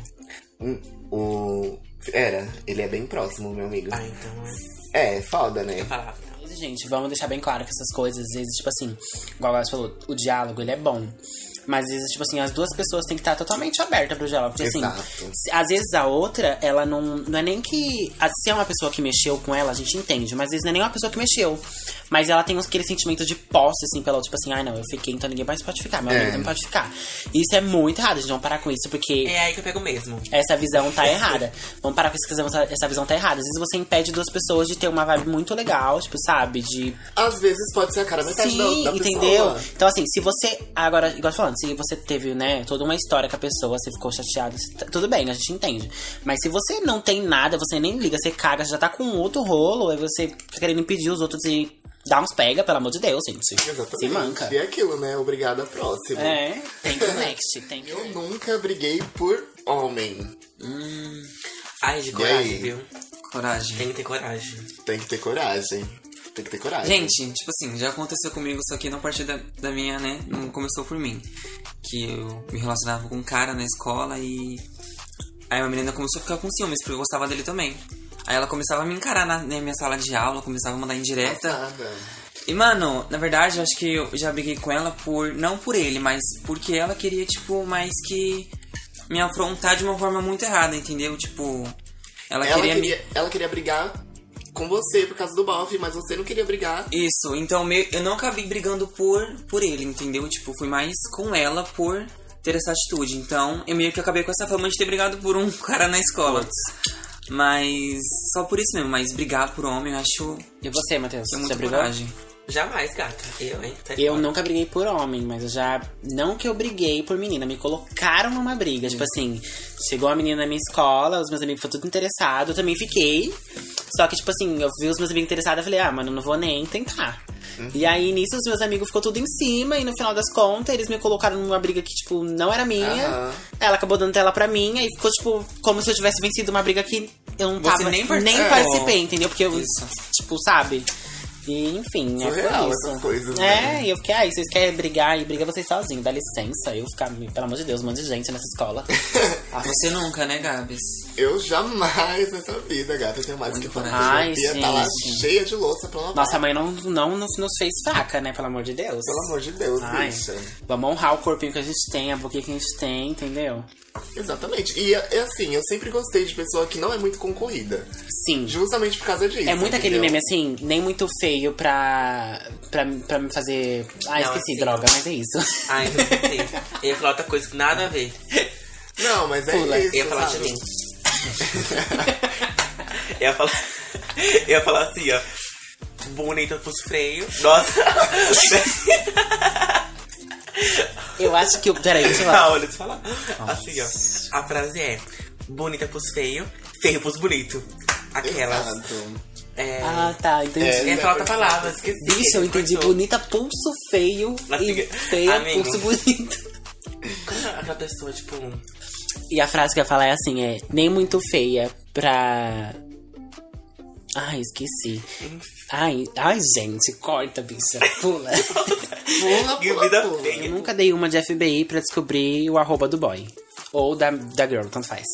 S2: Hum, O. Era, ele é bem próximo, meu amigo.
S4: Ah, então é.
S2: É, foda, né?
S4: Eu falava, então.
S1: Mas, gente, vamos deixar bem claro que essas coisas, às vezes, tipo assim, igual ela falou, o diálogo ele é bom. Mas às vezes, tipo assim, as duas pessoas têm que estar totalmente abertas pro diálogo. Porque
S2: Exato.
S1: assim, se- às vezes a outra, ela não. Não é nem que. a- Se é uma pessoa que mexeu com ela, a gente entende. Mas às vezes não é nem uma pessoa que mexeu. Mas ela tem aquele sentimento de posse, assim, pela outra, tipo assim, ai não, eu fiquei, então ninguém mais pode ficar, meu
S2: É.
S1: amigo também pode ficar. Isso é muito errado, a gente não parar com isso, porque
S4: É aí que eu pego mesmo.
S1: essa visão tá errada. Vamos parar com isso, que essa visão- essa visão tá errada. Às vezes você impede duas pessoas de ter uma vibe muito legal, tipo, sabe? De.
S2: Às vezes pode ser a cara metade
S1: Sim,
S2: da, da
S1: entendeu?
S2: pessoa.
S1: Então, assim, se você. Agora, igual eu tô falando, se você teve, né, toda uma história com a pessoa, você ficou chateado, você tá- tudo bem, a gente entende. Mas se você não tem nada, você nem liga, você caga, você já tá com outro rolo, aí você fica querendo impedir os outros de dar uns pega, pelo amor de Deus, gente.
S2: Exatamente.
S1: Se manca.
S2: E é aquilo, né? Obrigada, próximo.
S1: É, tem que next, tem que
S2: Eu nunca briguei por homem.
S4: Ai, de
S2: aí?
S4: coragem, viu?
S3: Coragem.
S4: Tem que ter coragem.
S2: Tem que ter coragem. Tem que ter coragem.
S3: Gente, tipo assim, já aconteceu comigo, só que não partiu da, da minha, né? Não começou por mim. Que eu me relacionava com um cara na escola e. Aí uma menina começou a ficar com ciúmes, porque eu gostava dele também. Aí ela começava a me encarar na, na minha sala de aula, começava a mandar indireta.
S2: Nada.
S3: E, mano, na verdade, eu acho que eu já briguei com ela por. Não por ele, mas porque ela queria, tipo, mais que. Me afrontar de uma forma muito errada, entendeu? Tipo. Ela,
S2: Ela,
S3: queria,
S2: queria
S3: me-
S2: ela queria brigar com você por causa do bofe, mas você não queria brigar.
S3: Isso, então meio, eu não acabei brigando por, por ele, entendeu? Tipo, fui mais com ela por ter essa atitude. Então, eu meio que acabei com essa fama de ter brigado por um cara na escola. Mas só por isso mesmo, mas brigar por homem eu acho
S1: E você, Matheus?
S3: que é
S1: Você
S3: muita
S1: brigou?
S3: coragem.
S4: Jamais, gata. Eu, hein? Tá Sai
S1: Eu
S4: fora.
S1: nunca briguei por homem, mas eu já. Não que eu briguei por menina, me colocaram numa briga.
S3: Uhum.
S1: Tipo assim, chegou a menina na minha escola, os meus amigos foram tudo interessados, eu também fiquei. Só que, tipo assim, eu vi os meus amigos interessados e falei, ah, mano, não vou nem tentar.
S3: Uhum.
S1: E aí, nisso, os meus amigos ficou tudo em cima, e no final das contas, eles me colocaram numa briga que, tipo, não era minha.
S2: Aham.
S1: Ela acabou dando tela pra mim, aí ficou, tipo, como se eu tivesse vencido uma briga que eu não
S3: Você
S1: tava. tipo,
S3: nem
S1: nem
S3: participou.
S1: participei, entendeu? Porque eu,
S3: Isso.
S1: tipo, sabe? E, enfim, é, foi
S2: Surreal
S1: isso.
S2: essas coisas,
S1: é,
S2: né?
S1: e eu fiquei, aí, vocês querem brigar e briga vocês sozinhos, dá licença. Eu ficar, pelo amor de Deus, um monte de gente nessa escola.
S4: Ah.
S3: Você nunca, né, Gabs?
S2: Eu jamais nessa vida, gata. Eu tenho mais o que fazer.
S1: Ai,
S2: Minha pia tá lá
S1: gente.
S2: cheia de louça pra lavar.
S1: Nossa mãe não, não nos, nos fez faca, né? Pelo amor de Deus.
S2: Pelo amor de Deus,
S1: Ai,
S2: bicha.
S1: vamos honrar o corpinho que a gente tem, a boquinha que a gente tem, entendeu?
S2: Exatamente. E é é assim, eu sempre gostei de pessoa que não é muito concorrida.
S1: Sim.
S2: Justamente por causa disso.
S1: É muito aquele
S2: entendeu?
S1: meme assim, nem muito feio pra, pra, pra me fazer. Ah,
S4: Não,
S1: esqueci,
S4: assim, Ah, então
S1: droga,
S4: não.
S1: mas é isso.
S4: Ai, não sei. Eu ia falar outra coisa que nada a ver.
S2: Não, mas é
S1: Pula.
S2: isso.
S4: Eu ia falar de
S2: sabe?
S4: mim. eu ia falar. Eu ia falar assim, ó. Bonita pros freios. Nossa!
S1: Eu acho que. eu- Peraí, deixa eu
S4: Ah,
S1: falar.
S4: olha, deixa eu falar. Assim, ó. A frase é: bonita pros feios, feio pros bonito. Aquelas.
S2: Exato.
S4: É.
S1: Ah, tá, entendi.
S4: é aquela outra palavra, esqueci.
S1: Bicho, eu entendi.
S4: Cortou.
S1: Bonita, pulso feio. E
S4: Amiga,
S1: feia,
S4: amigo.
S1: pulso bonito.
S4: Como é aquela pessoa, tipo.
S1: E a frase que eu ia falar é assim: é. Nem muito feia pra. Ai, esqueci. Ai, ai, gente, corta, bicha. Pula.
S2: Pula,
S4: Que
S2: pula,
S4: vida
S2: pula.
S1: eu
S4: feia.
S1: nunca dei uma de FBI pra descobrir o arroba do boy. Ou da, da girl, tanto faz.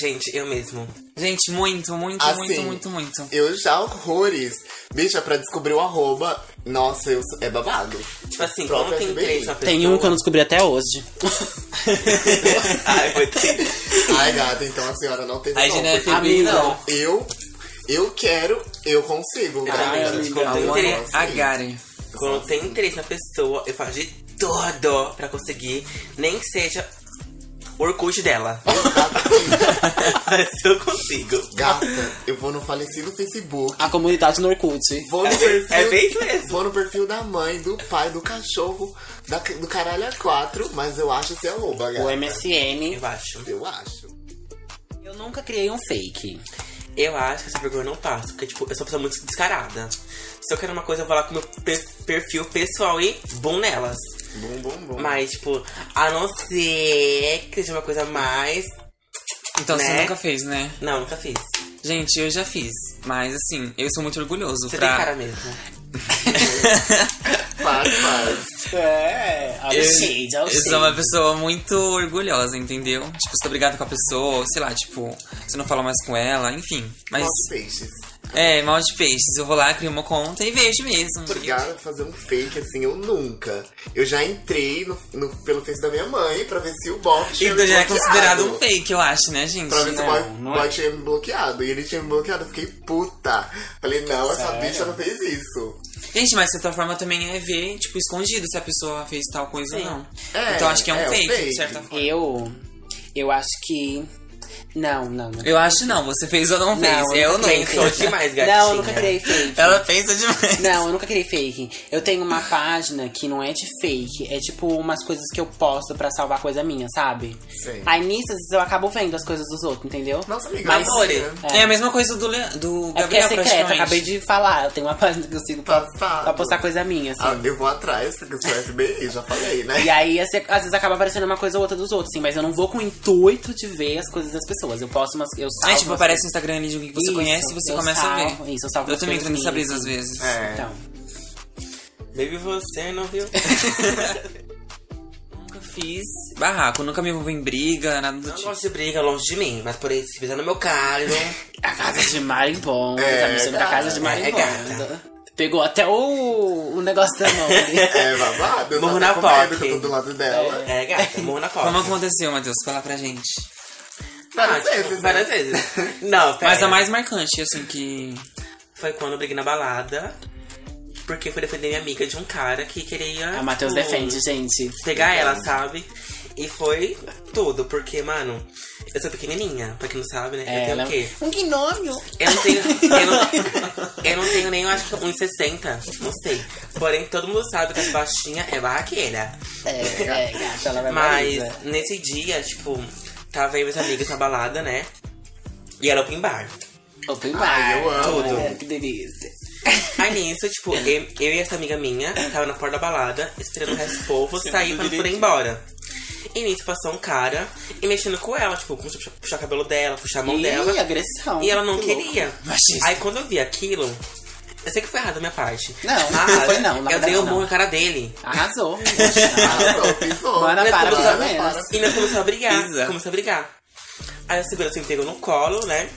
S4: Gente, eu mesmo.
S3: Gente, muito, muito,
S4: Ah,
S2: Assim.
S3: muito, muito, muito.
S2: Eu já horrores. Bicha, pra descobrir o arroba, nossa, eu, é babado.
S4: Tipo assim,
S2: Próprio
S4: como tem
S2: FBI.
S4: três na pessoa.
S1: Tem um que eu não descobri até hoje.
S4: Ai, foi ter.
S2: Ai, gata, então a senhora não teve
S3: Aí,
S2: não,
S3: Geneve,
S2: porque
S1: Amiga.
S3: não.
S2: Eu, eu quero, eu consigo. gata.
S4: Ai,
S2: Tipo,
S4: amiga,
S2: eu
S4: amor,
S2: não
S4: é
S2: consigo.
S3: A Garen.
S4: Quando tem interesse na pessoa, eu faço de tudo pra conseguir, nem que seja o Orkut dela. Se eu consigo.
S2: Gata, eu vou no falecido Facebook.
S1: A comunidade no Orkut.
S2: Vou no
S4: É bem-
S2: perfil,
S4: é bem isso mesmo.
S2: vou no perfil da mãe, do pai, do cachorro, da- do caralho a quatro, mas eu acho esse arroba,
S1: O
S2: gata.
S1: MSN.
S4: Eu acho.
S2: Eu acho.
S1: Eu nunca criei um fake.
S4: Eu acho que essa vergonha eu não passa, porque tipo, eu sou uma pessoa muito descarada. Se eu quero uma coisa, eu vou lá com meu pe- perfil pessoal e bom nelas.
S2: Bom, bom, bom.
S4: Mas, tipo, a não ser que seja uma coisa a mais.
S3: Então você
S4: Né?
S3: nunca fez, né?
S4: Não, nunca fiz.
S3: Gente, eu já fiz. Mas assim, eu sou muito orgulhoso
S4: Você tem
S3: pra.
S4: cara mesmo.
S2: Faz, faz.
S1: É, olha o shade,
S3: eu,
S1: olha
S3: eu
S1: o
S3: sou uma
S1: shade.
S3: pessoa muito orgulhosa, entendeu? Tipo, estou brigada com a pessoa, sei lá, tipo, você não fala mais com ela, enfim. Mas.
S2: Mas... peixes.
S3: É, mal de peixes. Eu vou lá, crio uma conta e vejo mesmo.
S2: Obrigada por fazer um fake assim, eu nunca. Eu já entrei no, no- pelo Face da minha mãe pra ver se o bot tinha
S3: Então
S2: me
S3: já é
S2: bloqueado.
S3: considerado um fake, eu acho, né, gente?
S2: Pra ver se o boy,
S1: Não, não é.
S2: boy tinha me bloqueado. E ele tinha me bloqueado, eu fiquei puta. Falei, não, essa bicha não fez isso.
S3: Gente, mas de certa forma também é ver, tipo, escondido se a pessoa fez tal coisa ou não.
S2: É,
S3: então acho que é um
S2: é um
S3: fake,
S2: fake.
S3: de certa forma.
S1: Eu. Eu acho que. Não, não, não.
S3: Eu acho não, você fez ou não fez.
S1: eu
S3: eu
S1: nunca criei
S3: não.
S4: Sou
S1: fake.
S4: demais, gatinha.
S1: Não, eu nunca criei fake.
S3: Ela pensa demais.
S1: Não, eu nunca criei fake. Eu tenho uma página que não é de fake, é tipo umas coisas que eu posto pra salvar coisa minha, sabe?
S2: Sim.
S1: Aí nisso, às vezes eu acabo vendo as coisas dos outros, entendeu?
S2: Nossa, amiga.
S4: Mas,
S2: eu não
S4: Lore,
S2: sei, né?
S1: É.
S3: É. a mesma coisa do, Le... do
S1: É porque é
S3: Gabriel,
S1: secreta,
S3: praticamente.
S1: acabei de falar. Eu tenho uma página que eu sigo pra,
S2: Passado.
S1: pra
S3: Tá.
S1: postar coisa minha, assim.
S2: tá Ah, eu vou atrás, porque eu sou FBI, já falei, né?
S1: E aí, às às vezes, acaba aparecendo uma coisa ou outra dos outros, sim. Mas eu não vou com o intuito de ver as coisas das pessoas. Eu posto umas. Eu salvo
S3: É, tipo,
S1: umas
S3: aparece no Instagram ali de alguém que você
S1: Isso,
S3: conhece e você
S1: eu
S3: começa a
S1: salvo,
S3: ver.
S1: isso, eu salvo
S3: Eu
S1: as
S3: também
S1: coisas
S3: entro nessa
S1: minhas,
S3: brisa às
S1: assim.
S3: vezes.
S2: É.
S1: Então,
S4: Baby, você não viu.
S3: Nunca fiz barraco, nunca me envolvi em briga, nada do
S4: Não
S3: tipo.
S4: gosto de briga longe de mim, mas por isso, se pisar no meu carro.
S1: a casa de Marimbonda,
S2: É,
S1: tá me sendo da casa de
S4: gata, é
S1: Marimbonda. Pegou até o, o negócio da mão ali.
S2: É babado, eu
S4: Morro
S2: tô até
S4: na
S2: com medo
S4: POC.
S2: que eu tô do lado dela.
S4: É, gata, morro na costa.
S3: Como aconteceu, Matheus? Fala pra gente.
S4: Ah,
S2: Várias
S4: tipo,
S2: vezes, né?
S4: várias vezes. Não,
S1: É.
S4: pera.
S3: Mas a mais marcante, assim, que.
S4: Foi quando eu briguei na balada. Porque fui defender minha amiga de um cara que queria.
S1: A Matheus
S4: tipo,
S1: defende, gente.
S4: Pegar ela, sabe? E foi tudo, porque, mano, eu sou pequenininha, pra quem não sabe, né? eu
S1: Ela
S4: tenho o quê?
S1: Um gnômio.
S4: Eu não tenho. Eu não, eu não tenho nem, eu acho que 1,60, não sei. Porém, todo mundo sabe que as baixinhas é barraqueira.
S1: É, é, gata, ela vai
S4: Mas
S1: baliza.
S4: nesse dia, tipo, tava aí meus amigos na balada, né? E era open bar.
S1: Open bar.
S2: Ai, eu amo.
S1: Tudo. que delícia.
S4: Aí nisso, tipo, eu, eu e essa amiga minha tava na porta da balada, esperando o resto do povo sair pra poder ir embora. E nisso passou um cara e mexendo com ela, tipo, começou a puxar, puxar o cabelo dela, puxar a mão
S1: Ih,
S4: dela.
S1: agressão.
S4: E ela não
S1: Que louco.
S4: queria.
S3: Machista.
S4: Aí quando eu vi aquilo, eu sei que foi errado da minha parte.
S1: Não,
S4: mas
S1: não foi não, na
S4: Eu dei
S1: verdade
S4: um burro
S1: não.
S4: na cara dele.
S1: Arrasou.
S2: Arrasou, pisou.
S1: Mano,
S4: Nós
S1: para,
S4: começamos
S1: para,
S4: a-
S1: menos.
S4: E nós começamos a brigar.
S3: Pisa.
S4: Começamos a brigar. Aí a segurança me pegou no colo, né?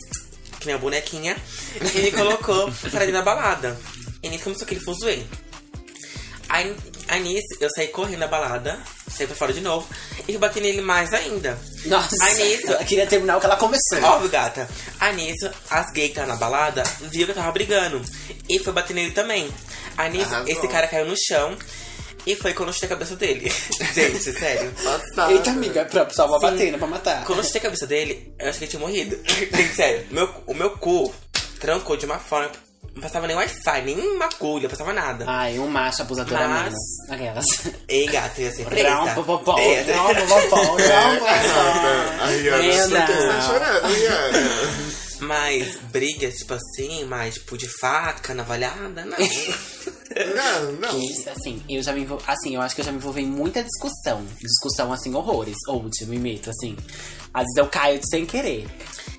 S4: Que nem a bonequinha. E me colocou pra ir na balada. E nisso começou aquele fuzuê. Aí, aí nisso, eu saí correndo da balada. Saí pra fora de novo. E bati nele mais ainda.
S1: Nossa,
S4: Aí nisso,
S1: ela queria terminar o que ela começou.
S4: Óbvio, gata. Aí nisso, as gays que estavam na balada viu que eu tava brigando. E foi bater nele também. Aí nisso,
S2: Arrasou.
S4: esse cara caiu no chão. E foi quando eu chutei a cabeça dele. Gente, sério.
S2: Passado.
S1: Eita, amiga, pra, só vou
S4: Sim.
S1: bater, não pra matar.
S4: Quando eu chutei a cabeça dele, eu achei que ele tinha morrido. Gente, sério. Meu, o meu cu trancou de uma forma Não passava nem Wi-Fi, nem maculha, não passava nada.
S1: Ai, um macho abusador Mas...
S4: Mas-
S1: Aquelas.
S4: Ei, gata, ia ser presa.
S1: Rão, popopó,
S4: Presa.
S1: rão, popopó, rão, popopó.
S2: A Rihanna,
S1: Lenda.
S2: você tá chorando, Rihanna.
S4: Mas briga, tipo assim, mas tipo de faca, navalhada, não.
S2: Não, não.
S1: Isso, assim, eu já me envol... assim, eu acho que eu já me envolvi em muita discussão. Discussão, assim, horrores. Ou de me meto, assim. Às vezes eu caio de sem querer.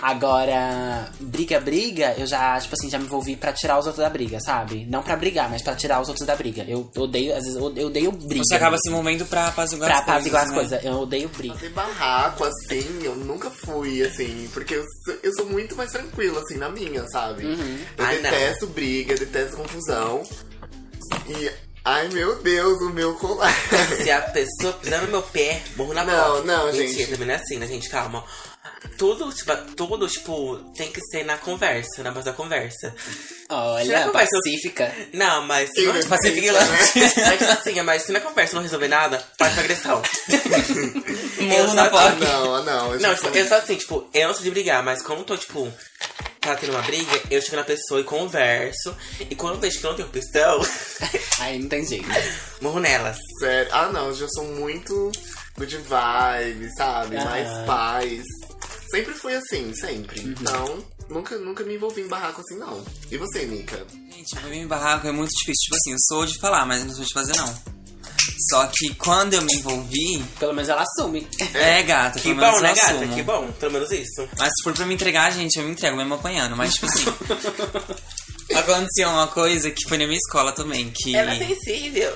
S1: Agora, briga, briga, eu já, tipo assim, já me envolvi pra tirar os outros da briga, sabe? Não pra brigar, mas pra tirar os outros da briga. Eu odeio, às vezes, eu eu odeio briga.
S3: Você acaba se movendo pra apaziguar
S1: pra
S3: as coisas,
S1: apaziguar as
S3: né?
S1: coisas. Eu odeio briga.
S2: Fazer barraco, assim, eu nunca fui, assim, porque eu sou, eu sou muito mais tranquilo, assim, na minha, sabe? Eu
S4: Ai, não.
S2: detesto briga, detesto confusão. E, ai meu Deus, o meu colar.
S4: Se a pessoa pisar no meu pé, morro na
S2: Não,
S4: porta.
S2: não,
S4: Mentira,
S2: gente.
S4: também não é assim, né, gente? Calma. Tudo, tipo, tudo, tipo, tem que ser na conversa, na base da conversa. Será
S1: Olha,
S4: que vai ser-
S1: pacífica.
S4: Não, mas se
S2: Sim,
S4: não
S2: né?
S4: pacifica lá. Mas tipo assim, mas se na conversa não resolver nada, parte pra agressão.
S3: Morro
S4: Eu só-
S3: na
S2: ah,
S3: porta.
S2: não, ah, não. Eu
S4: Não,
S2: já
S4: tipo,
S2: sou-
S4: eu sou assim, tipo, eu não sou de brigar, mas quando eu tô, tipo, tá tendo uma briga, eu chego na pessoa e converso. E quando eu vejo que não tem opção,
S1: Aí não tem jeito.
S4: morro nelas.
S2: Sério. Ah, não, eu já sou muito good vibe, sabe?
S1: Ah.
S2: Mais paz. Sempre fui assim, sempre.
S4: Uhum.
S2: Então, nunca, nunca me envolvi em barraco assim, não. E você, Nica?
S3: Gente, viver em barraco é muito difícil. Tipo assim, eu sou de falar, mas não sou de fazer, não. Só que quando eu me envolvi.
S1: Pelo menos ela assume.
S3: É, gata,
S4: Que
S3: pelo menos
S4: bom,
S3: eu
S4: né, gata?
S3: assumo.
S4: Que bom, pelo menos isso.
S3: Mas se for pra me entregar, gente, eu me entrego, mesmo apanhando. Mas, tipo assim. aconteceu uma coisa que foi na minha escola também, que
S4: Ela é sensível.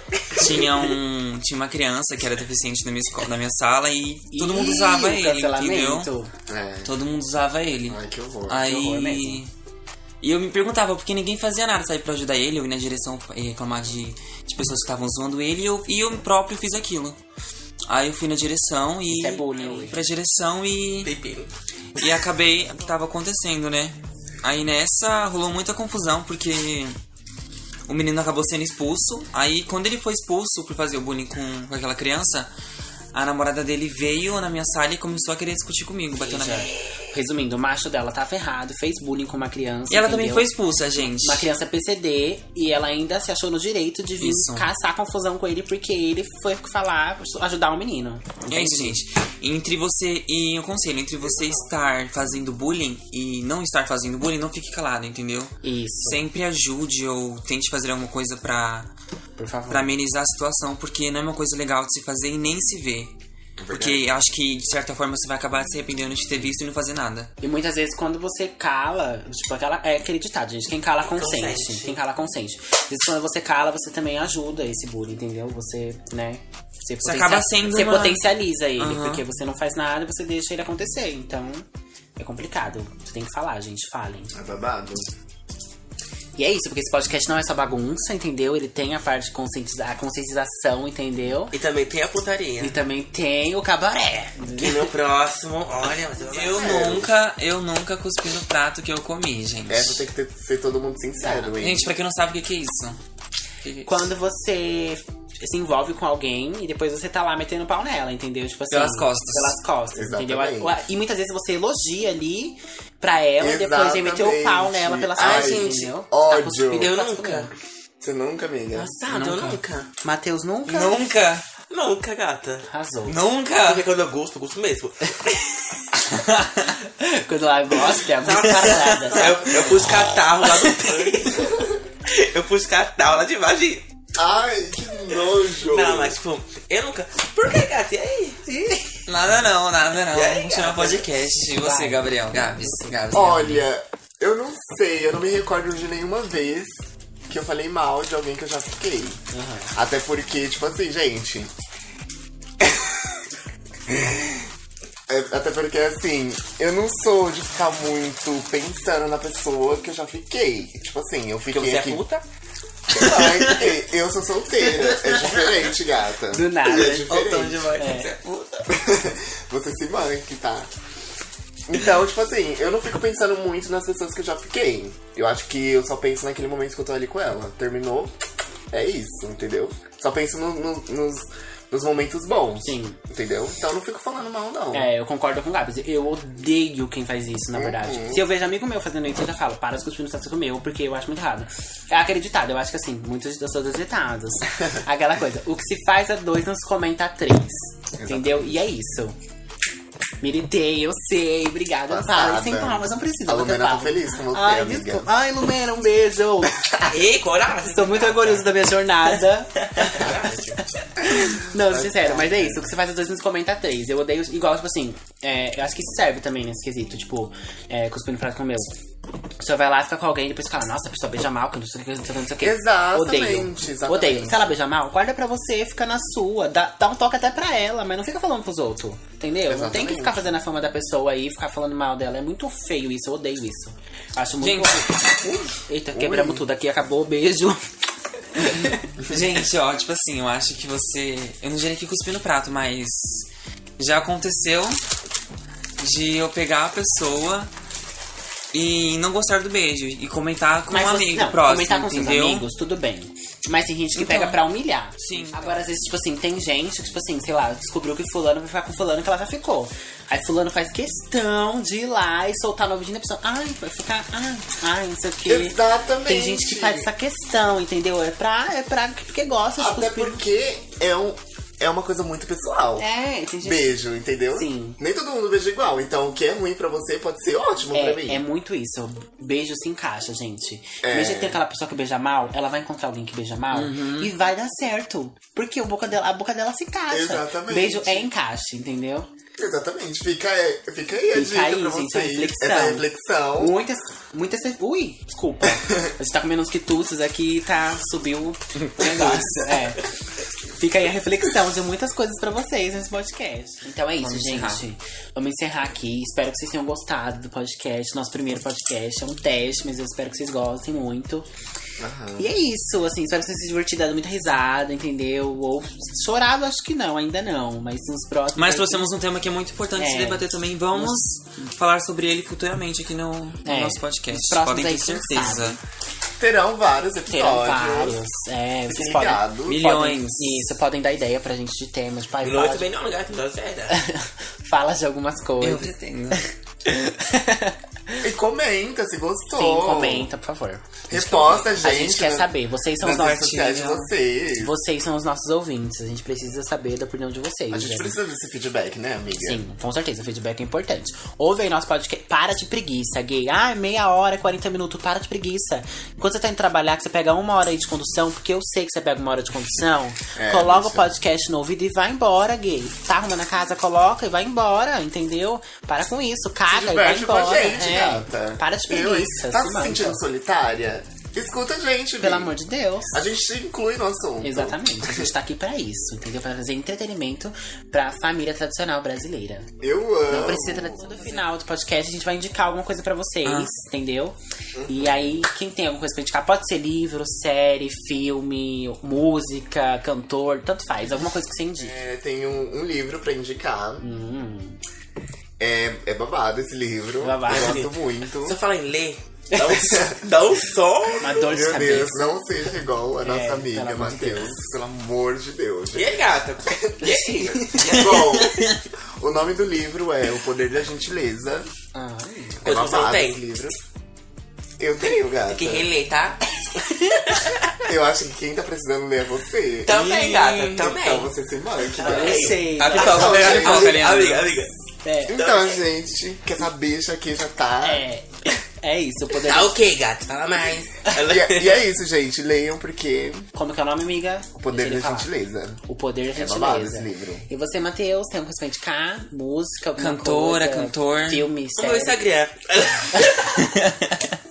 S3: tinha um. Tinha uma criança que era deficiente na minha escola, na minha sala e todo mundo
S1: Ih,
S3: usava
S1: o
S3: ele,
S1: cancelamento.
S3: entendeu?
S2: É.
S3: Todo mundo usava ele.
S2: Ai, que horror.
S4: Ah.
S1: horror
S3: Aí.
S1: mesmo.
S3: E eu me perguntava por que ninguém fazia nada, sabe, pra ajudar ele, eu ir na direção eh, reclamar de, de pessoas que estavam zoando ele e eu, e eu próprio fiz aquilo. Aí eu fui na direção e.
S1: Isso é bullying.
S3: fui Pra direção e.
S4: Pepino.
S3: E acabei o que tava acontecendo, né? Aí nessa rolou muita confusão porque o menino acabou sendo expulso. Aí quando ele foi expulso por fazer o bullying com, com aquela criança, a namorada dele veio na minha sala e começou a querer discutir comigo, bateu na
S1: Já.
S3: minha.
S1: é. Resumindo, o macho dela tá ferrado, fez bullying com uma criança.
S3: E ela também
S1: entendeu?
S3: foi expulsa, gente.
S1: Uma criança PCD e ela ainda se achou no direito de vir
S3: Isso.
S1: caçar confusão com ele porque ele foi falar, ajudar um menino.
S3: É isso, gente. Entre você e eu conselho, entre você estar fazendo bullying e não estar fazendo bullying, não fique calado, entendeu?
S1: Isso.
S3: Sempre ajude ou tente fazer alguma coisa pra
S1: Por favor.
S3: Pra amenizar a situação, porque não é uma coisa legal de se fazer e nem se ver. Porque acho que de certa forma você vai acabar se arrependendo de ter visto e não fazer nada.
S1: E muitas vezes quando você cala, tipo, aquela. É aquele ditado, gente. Quem
S3: É
S1: cala consente.
S4: Consente.
S1: Quem cala consente. Às vezes quando você cala, você também ajuda esse bullying, entendeu? Você, né? Você, potencia-
S3: acaba sendo
S1: Você
S3: uma-
S1: potencializa ele,
S3: Aham.
S1: porque você não faz nada, você deixa ele acontecer. Então, é complicado. Você tem que falar, gente. Falem.
S2: É babado.
S1: E é isso, porque esse podcast não é só bagunça, entendeu? Ele tem a parte de conscientizar, a conscientização, entendeu?
S4: E também tem a putaria.
S1: E também tem o cabaré.
S4: E no próximo, olha, mas
S3: Eu nunca, eu nunca cuspi no prato que eu comi, gente.
S2: Essa É, tem que ter- ser todo mundo sincero, hein?
S3: Gente, pra quem não sabe o que que é isso. Que-
S1: Quando você se envolve com alguém e depois você tá lá metendo pau nela, entendeu? Tipo assim,
S3: Pelas costas.
S1: Pelas costas,
S2: Exatamente.
S1: entendeu? E muitas vezes você elogia ali pra ela e depois você meteu o pau
S2: Exatamente.
S1: nela pelas
S2: Ai,
S1: costas,
S2: gente,
S1: entendeu? Tá
S2: ódio.
S1: cuspindo
S4: Eu
S1: pelas
S4: nunca.
S1: costas.
S2: Você nunca, amiga?
S1: Engraçado, eu
S4: Ah, Nunca.
S1: nunca. Matheus nunca?
S3: Nunca,
S4: Nunca, gata.
S1: Arrasou.
S4: Porque
S3: nunca.
S4: quando eu gosto, eu gosto mesmo.
S1: Quando ela gosta, é
S4: Tá
S1: muito parada.
S4: eu, eu pus catarro lá do peito. Eu pus catarro lá de baixo. de-
S2: Ai, que nojo!
S4: Não, mas tipo, eu nunca. Por que, gata? E aí? E-
S3: Nada não, nada não.
S4: E aí,
S3: Vamos chamar
S4: Gabi?
S3: podcast. E você, Gabriel? Gabs, Gabs.
S2: Olha, eu não sei, eu não me recordo de nenhuma vez que eu falei mal de alguém que eu já fiquei. Até porque, tipo assim, gente. É, Até porque, assim, eu não sou de ficar muito pensando na pessoa que eu já fiquei. Tipo assim, eu fiquei
S4: Porque você é
S2: aqui.
S4: puta?
S2: Ai, eu sou solteira. É diferente, gata.
S1: Do nada.
S2: É
S4: Ou tom
S2: diferente.
S4: de voz,
S1: É.
S4: você é puta.
S2: Você se manque, tá? Então, tipo assim, eu não fico pensando muito nas pessoas que eu já fiquei. Eu acho que eu só penso naquele momento que eu tô ali com ela. Terminou, é isso, entendeu? Só penso no- no- nos nos momentos bons.
S1: Sim.
S2: Entendeu? Então eu não fico falando mal, não.
S1: É, eu concordo com o Gabs. Eu odeio quem faz isso, na verdade.
S2: Uhum.
S1: Se eu vejo amigo meu fazendo isso, eu já falo, para de cuspir no saco meu, porque eu acho muito errado. É aquele ditado, eu acho que assim, muitos das pessoas ditados. Aquela coisa, o que se faz a dois não se comenta a três. Entendeu? E é isso. Militei, eu sei, obrigada.
S2: Passada.
S1: Fala, tá, sem palmas, não precisa.
S2: A
S1: bater
S2: Lumena tá
S1: palma.
S2: feliz com você,
S1: Ai,
S2: amiga.
S1: desculpa. Ai, Lumena, um beijo.
S4: Ei, coragem!
S1: Estou muito orgulhoso da minha jornada. Não, sincero, mas é isso. O que você faz às vezes nos comenta três. Eu odeio. Igual, tipo assim, é, eu acho que isso serve também nesse quesito, tipo, é, cuspindo prato com o meu. Você vai lá, fica com alguém e depois fala, nossa, a pessoa beija mal, que não sei o que, não sei o que, não sei o que.
S2: Exatamente,
S1: Odeio.
S2: exatamente.
S1: Odeio. Se ela beija mal, guarda pra você, fica na sua. Dá, dá um toque até pra ela, mas não fica falando pros outros. Entendeu? Não tem que
S2: Exatamente.
S1: ficar fazendo a fama da pessoa aí, ficar falando mal dela. É muito feio isso, eu odeio isso. Acho muito.
S3: Gente.
S1: Eita, quebramos tudo aqui, acabou, beijo.
S3: Gente, ó, tipo assim, eu acho que você. Eu não diria que cuspi no prato, mas. Já aconteceu de eu pegar a pessoa e não gostar do beijo. E comentar com um
S1: você-
S3: amigo
S1: não,
S3: próximo.
S1: Comentar com
S3: entendeu?
S1: seus amigos, tudo bem. Mas tem gente que
S3: Então.
S1: pega pra humilhar.
S3: Sim, então.
S1: Agora, às vezes, tipo assim, tem gente que, tipo assim, sei lá, descobriu que fulano vai ficar com fulano que ela já ficou. Aí fulano faz questão de ir lá e soltar no ouvidinho da pessoa. Ai, vai ficar. Ai, ai, não sei o quê.
S2: Exatamente.
S1: Tem gente que faz essa questão, entendeu? É pra. É pra porque gosta de
S2: Até
S1: cuspir.
S2: porque é, um, é uma coisa muito pessoal.
S1: É, tem gente.
S2: Beijo, entendeu?
S1: Sim.
S2: Nem todo mundo beija igual. Então o que é ruim pra você pode ser ótimo pra mim.
S1: É, é muito isso. Beijo se encaixa, gente.
S2: É.
S1: Mesmo que tem aquela pessoa que beija mal, ela vai encontrar alguém que beija mal
S2: Uhum.
S1: e vai dar certo. Porque o boca dela, a boca dela se encaixa.
S2: Exatamente.
S1: Beijo é encaixe, entendeu?
S2: Exatamente. Fica, é, fica aí a
S1: Fica
S2: dica
S1: aí,
S2: pra
S1: gente,
S2: vocês.
S1: a reflexão.
S2: Essa reflexão.
S1: Muitas. Muitas. Ui, desculpa. A gente tá comendo uns quitutes aqui e tá. Subiu o negócio. É. Fica aí a reflexão de muitas coisas pra vocês nesse podcast. Então é isso,
S3: Vamos
S1: gente.
S3: encerrar.
S1: Vamos encerrar aqui. Espero que vocês tenham gostado do podcast. Nosso primeiro podcast é um teste, mas eu espero que vocês gostem muito. E é isso, assim, espero que vocês se divertido, dado muita risada, entendeu? Ou chorado, acho que não, ainda não. Mas nos próximos.
S3: Mas trouxemos um tema que é muito importante se
S1: É.
S3: debater também. Vamos falar sobre ele futuramente aqui no, no
S1: É.
S3: nosso podcast.
S1: Nos próximos
S3: Podem
S1: aí,
S3: ter
S1: quem
S3: certeza.
S1: sabe.
S2: Terão vários
S1: Terão
S2: episódios.
S1: vários. É, vocês
S2: Fiquem
S1: podem,
S2: ligados.
S1: podem-
S3: Milhões.
S1: Isso, podem dar ideia pra gente de temas. Pai,
S4: Não, eu
S1: fala,
S4: também não é um lugar que não dá certo.
S1: de- fala de algumas
S3: Eu
S1: coisas.
S3: pretendo.
S2: E comenta se gostou.
S1: Sim, comenta, por favor.
S2: Resposta, Oh. gente.
S1: A gente quer
S2: nas-
S1: saber. Vocês são os
S2: Nas redes sociais de
S1: nossos.
S2: vocês.
S1: Vocês são os nossos ouvintes. A gente precisa saber da opinião de vocês.
S2: A gente
S1: né?
S2: precisa desse feedback, né, amiga?
S1: Sim, com certeza, o feedback é importante. Ouve aí nosso podcast. Para de preguiça, gay. Ah, meia hora, 40 minutos, para de preguiça. Enquanto você tá indo trabalhar, que você pega uma hora aí de condução, porque eu sei que você pega uma hora de condução,
S2: É,
S1: coloca o
S2: isso.
S1: podcast no ouvido e vai embora, gay. Tá arrumando a casa, coloca e vai embora, entendeu? Para com isso, caga e Ah, vai
S2: Diverte com
S1: embora.
S2: a gente,
S1: é.
S2: gata.
S1: Para de
S2: Eu, hein?
S1: preguiça,
S2: Tá
S1: se
S2: se
S1: manca.
S2: sentindo solitária? Escuta a gente,
S1: Pelo
S2: Bi.
S1: amor de Deus.
S2: A gente te inclui no assunto.
S1: Exatamente, a gente tá aqui pra isso, entendeu? Pra trazer entretenimento pra família tradicional brasileira.
S2: Eu amo.
S1: Não precisa tradição do final do podcast, a gente vai indicar alguma coisa pra vocês,
S3: Ah.
S1: entendeu? E aí, quem tem alguma coisa pra indicar, pode ser livro, série, filme, música, cantor, tanto faz, alguma coisa que você indique.
S2: É, tem um, um livro pra indicar.
S1: Hum.
S2: É, é babado esse livro.
S1: Babado.
S2: Eu gosto
S4: Só
S2: muito.
S4: fala em ler, dá um, dá um som.
S1: Uma dor de
S2: Meu Deus,
S1: cabeça. É,
S2: não seja igual a nossa
S1: pelo
S2: amiga,
S1: amor de
S2: Matheus. Pelo amor de Deus.
S4: E aí, gata? E aí?
S2: Bom, o nome do livro é O Poder da Gentileza.
S1: Ai.
S2: É
S4: Coisa que você não
S2: babado esse
S4: tem.
S2: livro. Eu tenho, gata.
S4: Tem que reler, tá?
S2: Eu acho que quem tá precisando ler é você.
S4: Também, gata,
S2: Então
S4: também. É
S2: você se manque,
S1: Eu
S2: né?
S1: sei.
S4: A pipoca,
S2: Então,
S4: melhor
S2: gente,
S4: pipoca,
S3: Leandro.
S4: Amiga, amiga.
S1: É,
S2: Então, gente, que essa bicha aqui já tá.
S1: é, é isso, eu poderia.
S4: Tá ok, gata, fala mais.
S2: E, é- e é isso, gente. Leiam porque
S1: Como que é o nome, amiga?
S2: o
S1: Deixa
S2: poder da
S1: ele falar.
S2: gentileza.
S1: O poder da
S2: babado
S1: gentileza.
S2: esse livro.
S1: E você, Matheus, tem alguma coisa pra indicar? Música, alguma
S3: Cantora,
S1: coisa,
S3: cantor.
S1: Filme,
S4: O meu
S1: série.
S4: Instagram.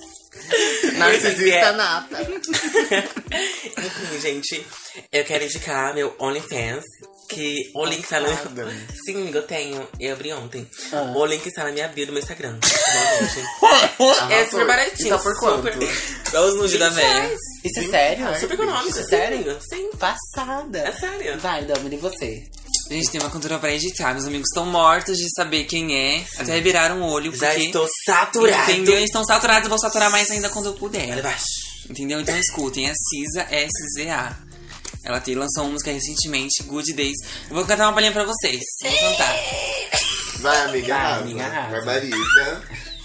S2: Narcisista nata.
S4: Enfim, gente, eu quero indicar meu OnlyFans. Que o link está no.
S2: Nada.
S4: Sim, eu tenho. Eu abri ontem.
S1: Ah.
S4: O link está na minha bio do meu Instagram. tá bom, gente? é super baratinho.
S2: E tá por quanto?
S4: Super,
S3: Dá os nudes da
S4: Gente,
S3: velha.
S1: Isso é sério?
S4: super econômico. sim,
S1: Sério?
S4: amiga, Sim.
S1: Passada.
S4: É sério.
S1: Vai, Domini, você.
S3: Gente, tem uma cantora pra editar. Meus amigos estão mortos de saber quem é. Até viraram o olho.
S4: Já
S3: porque,
S4: estou saturado.
S3: Entendeu? Eles estão saturados. Vou saturar mais ainda quando eu
S4: Olha
S3: puder.
S4: baixo.
S3: Entendeu? Então escutem. É Cisa S-Z-A. Ela te lançou uma música recentemente, Good Days. Eu vou cantar uma palhinha pra vocês. Vou cantar.
S2: Vai, amiga.
S1: Vai,
S2: arrasa.
S1: amiga, arrasa.
S2: Barbariza.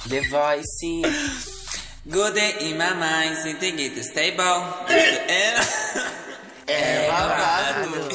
S4: The Voice.
S3: Good day in my mind, sitting at the stable. Era...
S2: É, babado.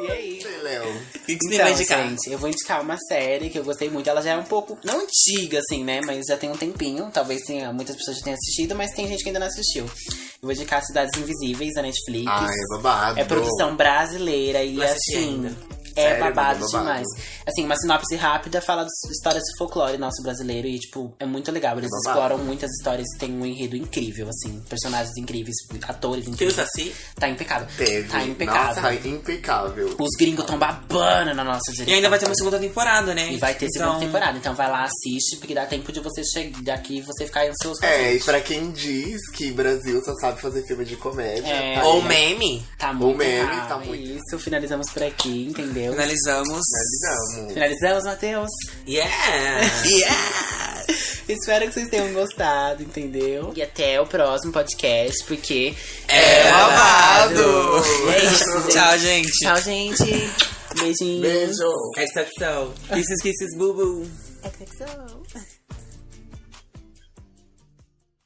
S1: E aí?
S2: Sei, Léo.
S3: O que, que você
S1: Então,
S3: vai indicar?
S1: gente, eu vou indicar uma série que eu gostei muito. Ela já é um pouco, não antiga, assim, né? Mas já tem um tempinho. Talvez tenha, muitas pessoas já tenham assistido, mas tem gente que ainda não assistiu. Eu vou indicar Cidades Invisíveis, da Netflix.
S2: Ai, é babado.
S1: É produção brasileira e
S3: Não assisti
S1: assim.
S3: ainda.
S1: É
S2: Sério,
S1: babado,
S2: babado.
S1: demais. Assim, uma sinopse rápida fala das histórias do folclore nosso brasileiro e, tipo, é muito legal. Eles
S2: babado.
S1: exploram muitas histórias e tem um enredo incrível, assim. Personagens incríveis, atores
S4: Teve
S1: incríveis.
S4: Saci?
S1: Tá impecável.
S2: Teve.
S1: Tá impecável.
S2: Nossa, impecável.
S1: Os gringos estão babando na nossa direção.
S3: E ainda vai ter uma segunda temporada, né?
S1: E vai ter
S3: Então,
S1: segunda temporada. Então vai lá, assiste, porque dá tempo de você chegar daqui e você ficar ansioso. com a
S2: É,
S1: gente.
S2: e pra quem diz que Brasil só sabe fazer filme de comédia.
S1: É.
S2: tá
S4: Ou
S2: aí.
S4: meme?
S1: Tá muito
S2: meme,
S1: errado. é
S2: tá muito.
S1: Isso, finalizamos por aqui, entendeu?
S3: Finalizamos.
S1: É.
S2: Finalizamos.
S1: Finalizamos, Matheus.
S4: Yeah! yeah!
S1: Espero que vocês tenham gostado, entendeu? E até o próximo podcast, porque
S3: É babado!
S1: É isso, gente.
S3: Tchau, gente.
S1: Tchau, gente. Beijinhos.
S2: Beijo.
S4: Essa opção.
S3: Kisses, kisses, bubu.
S1: XOXO.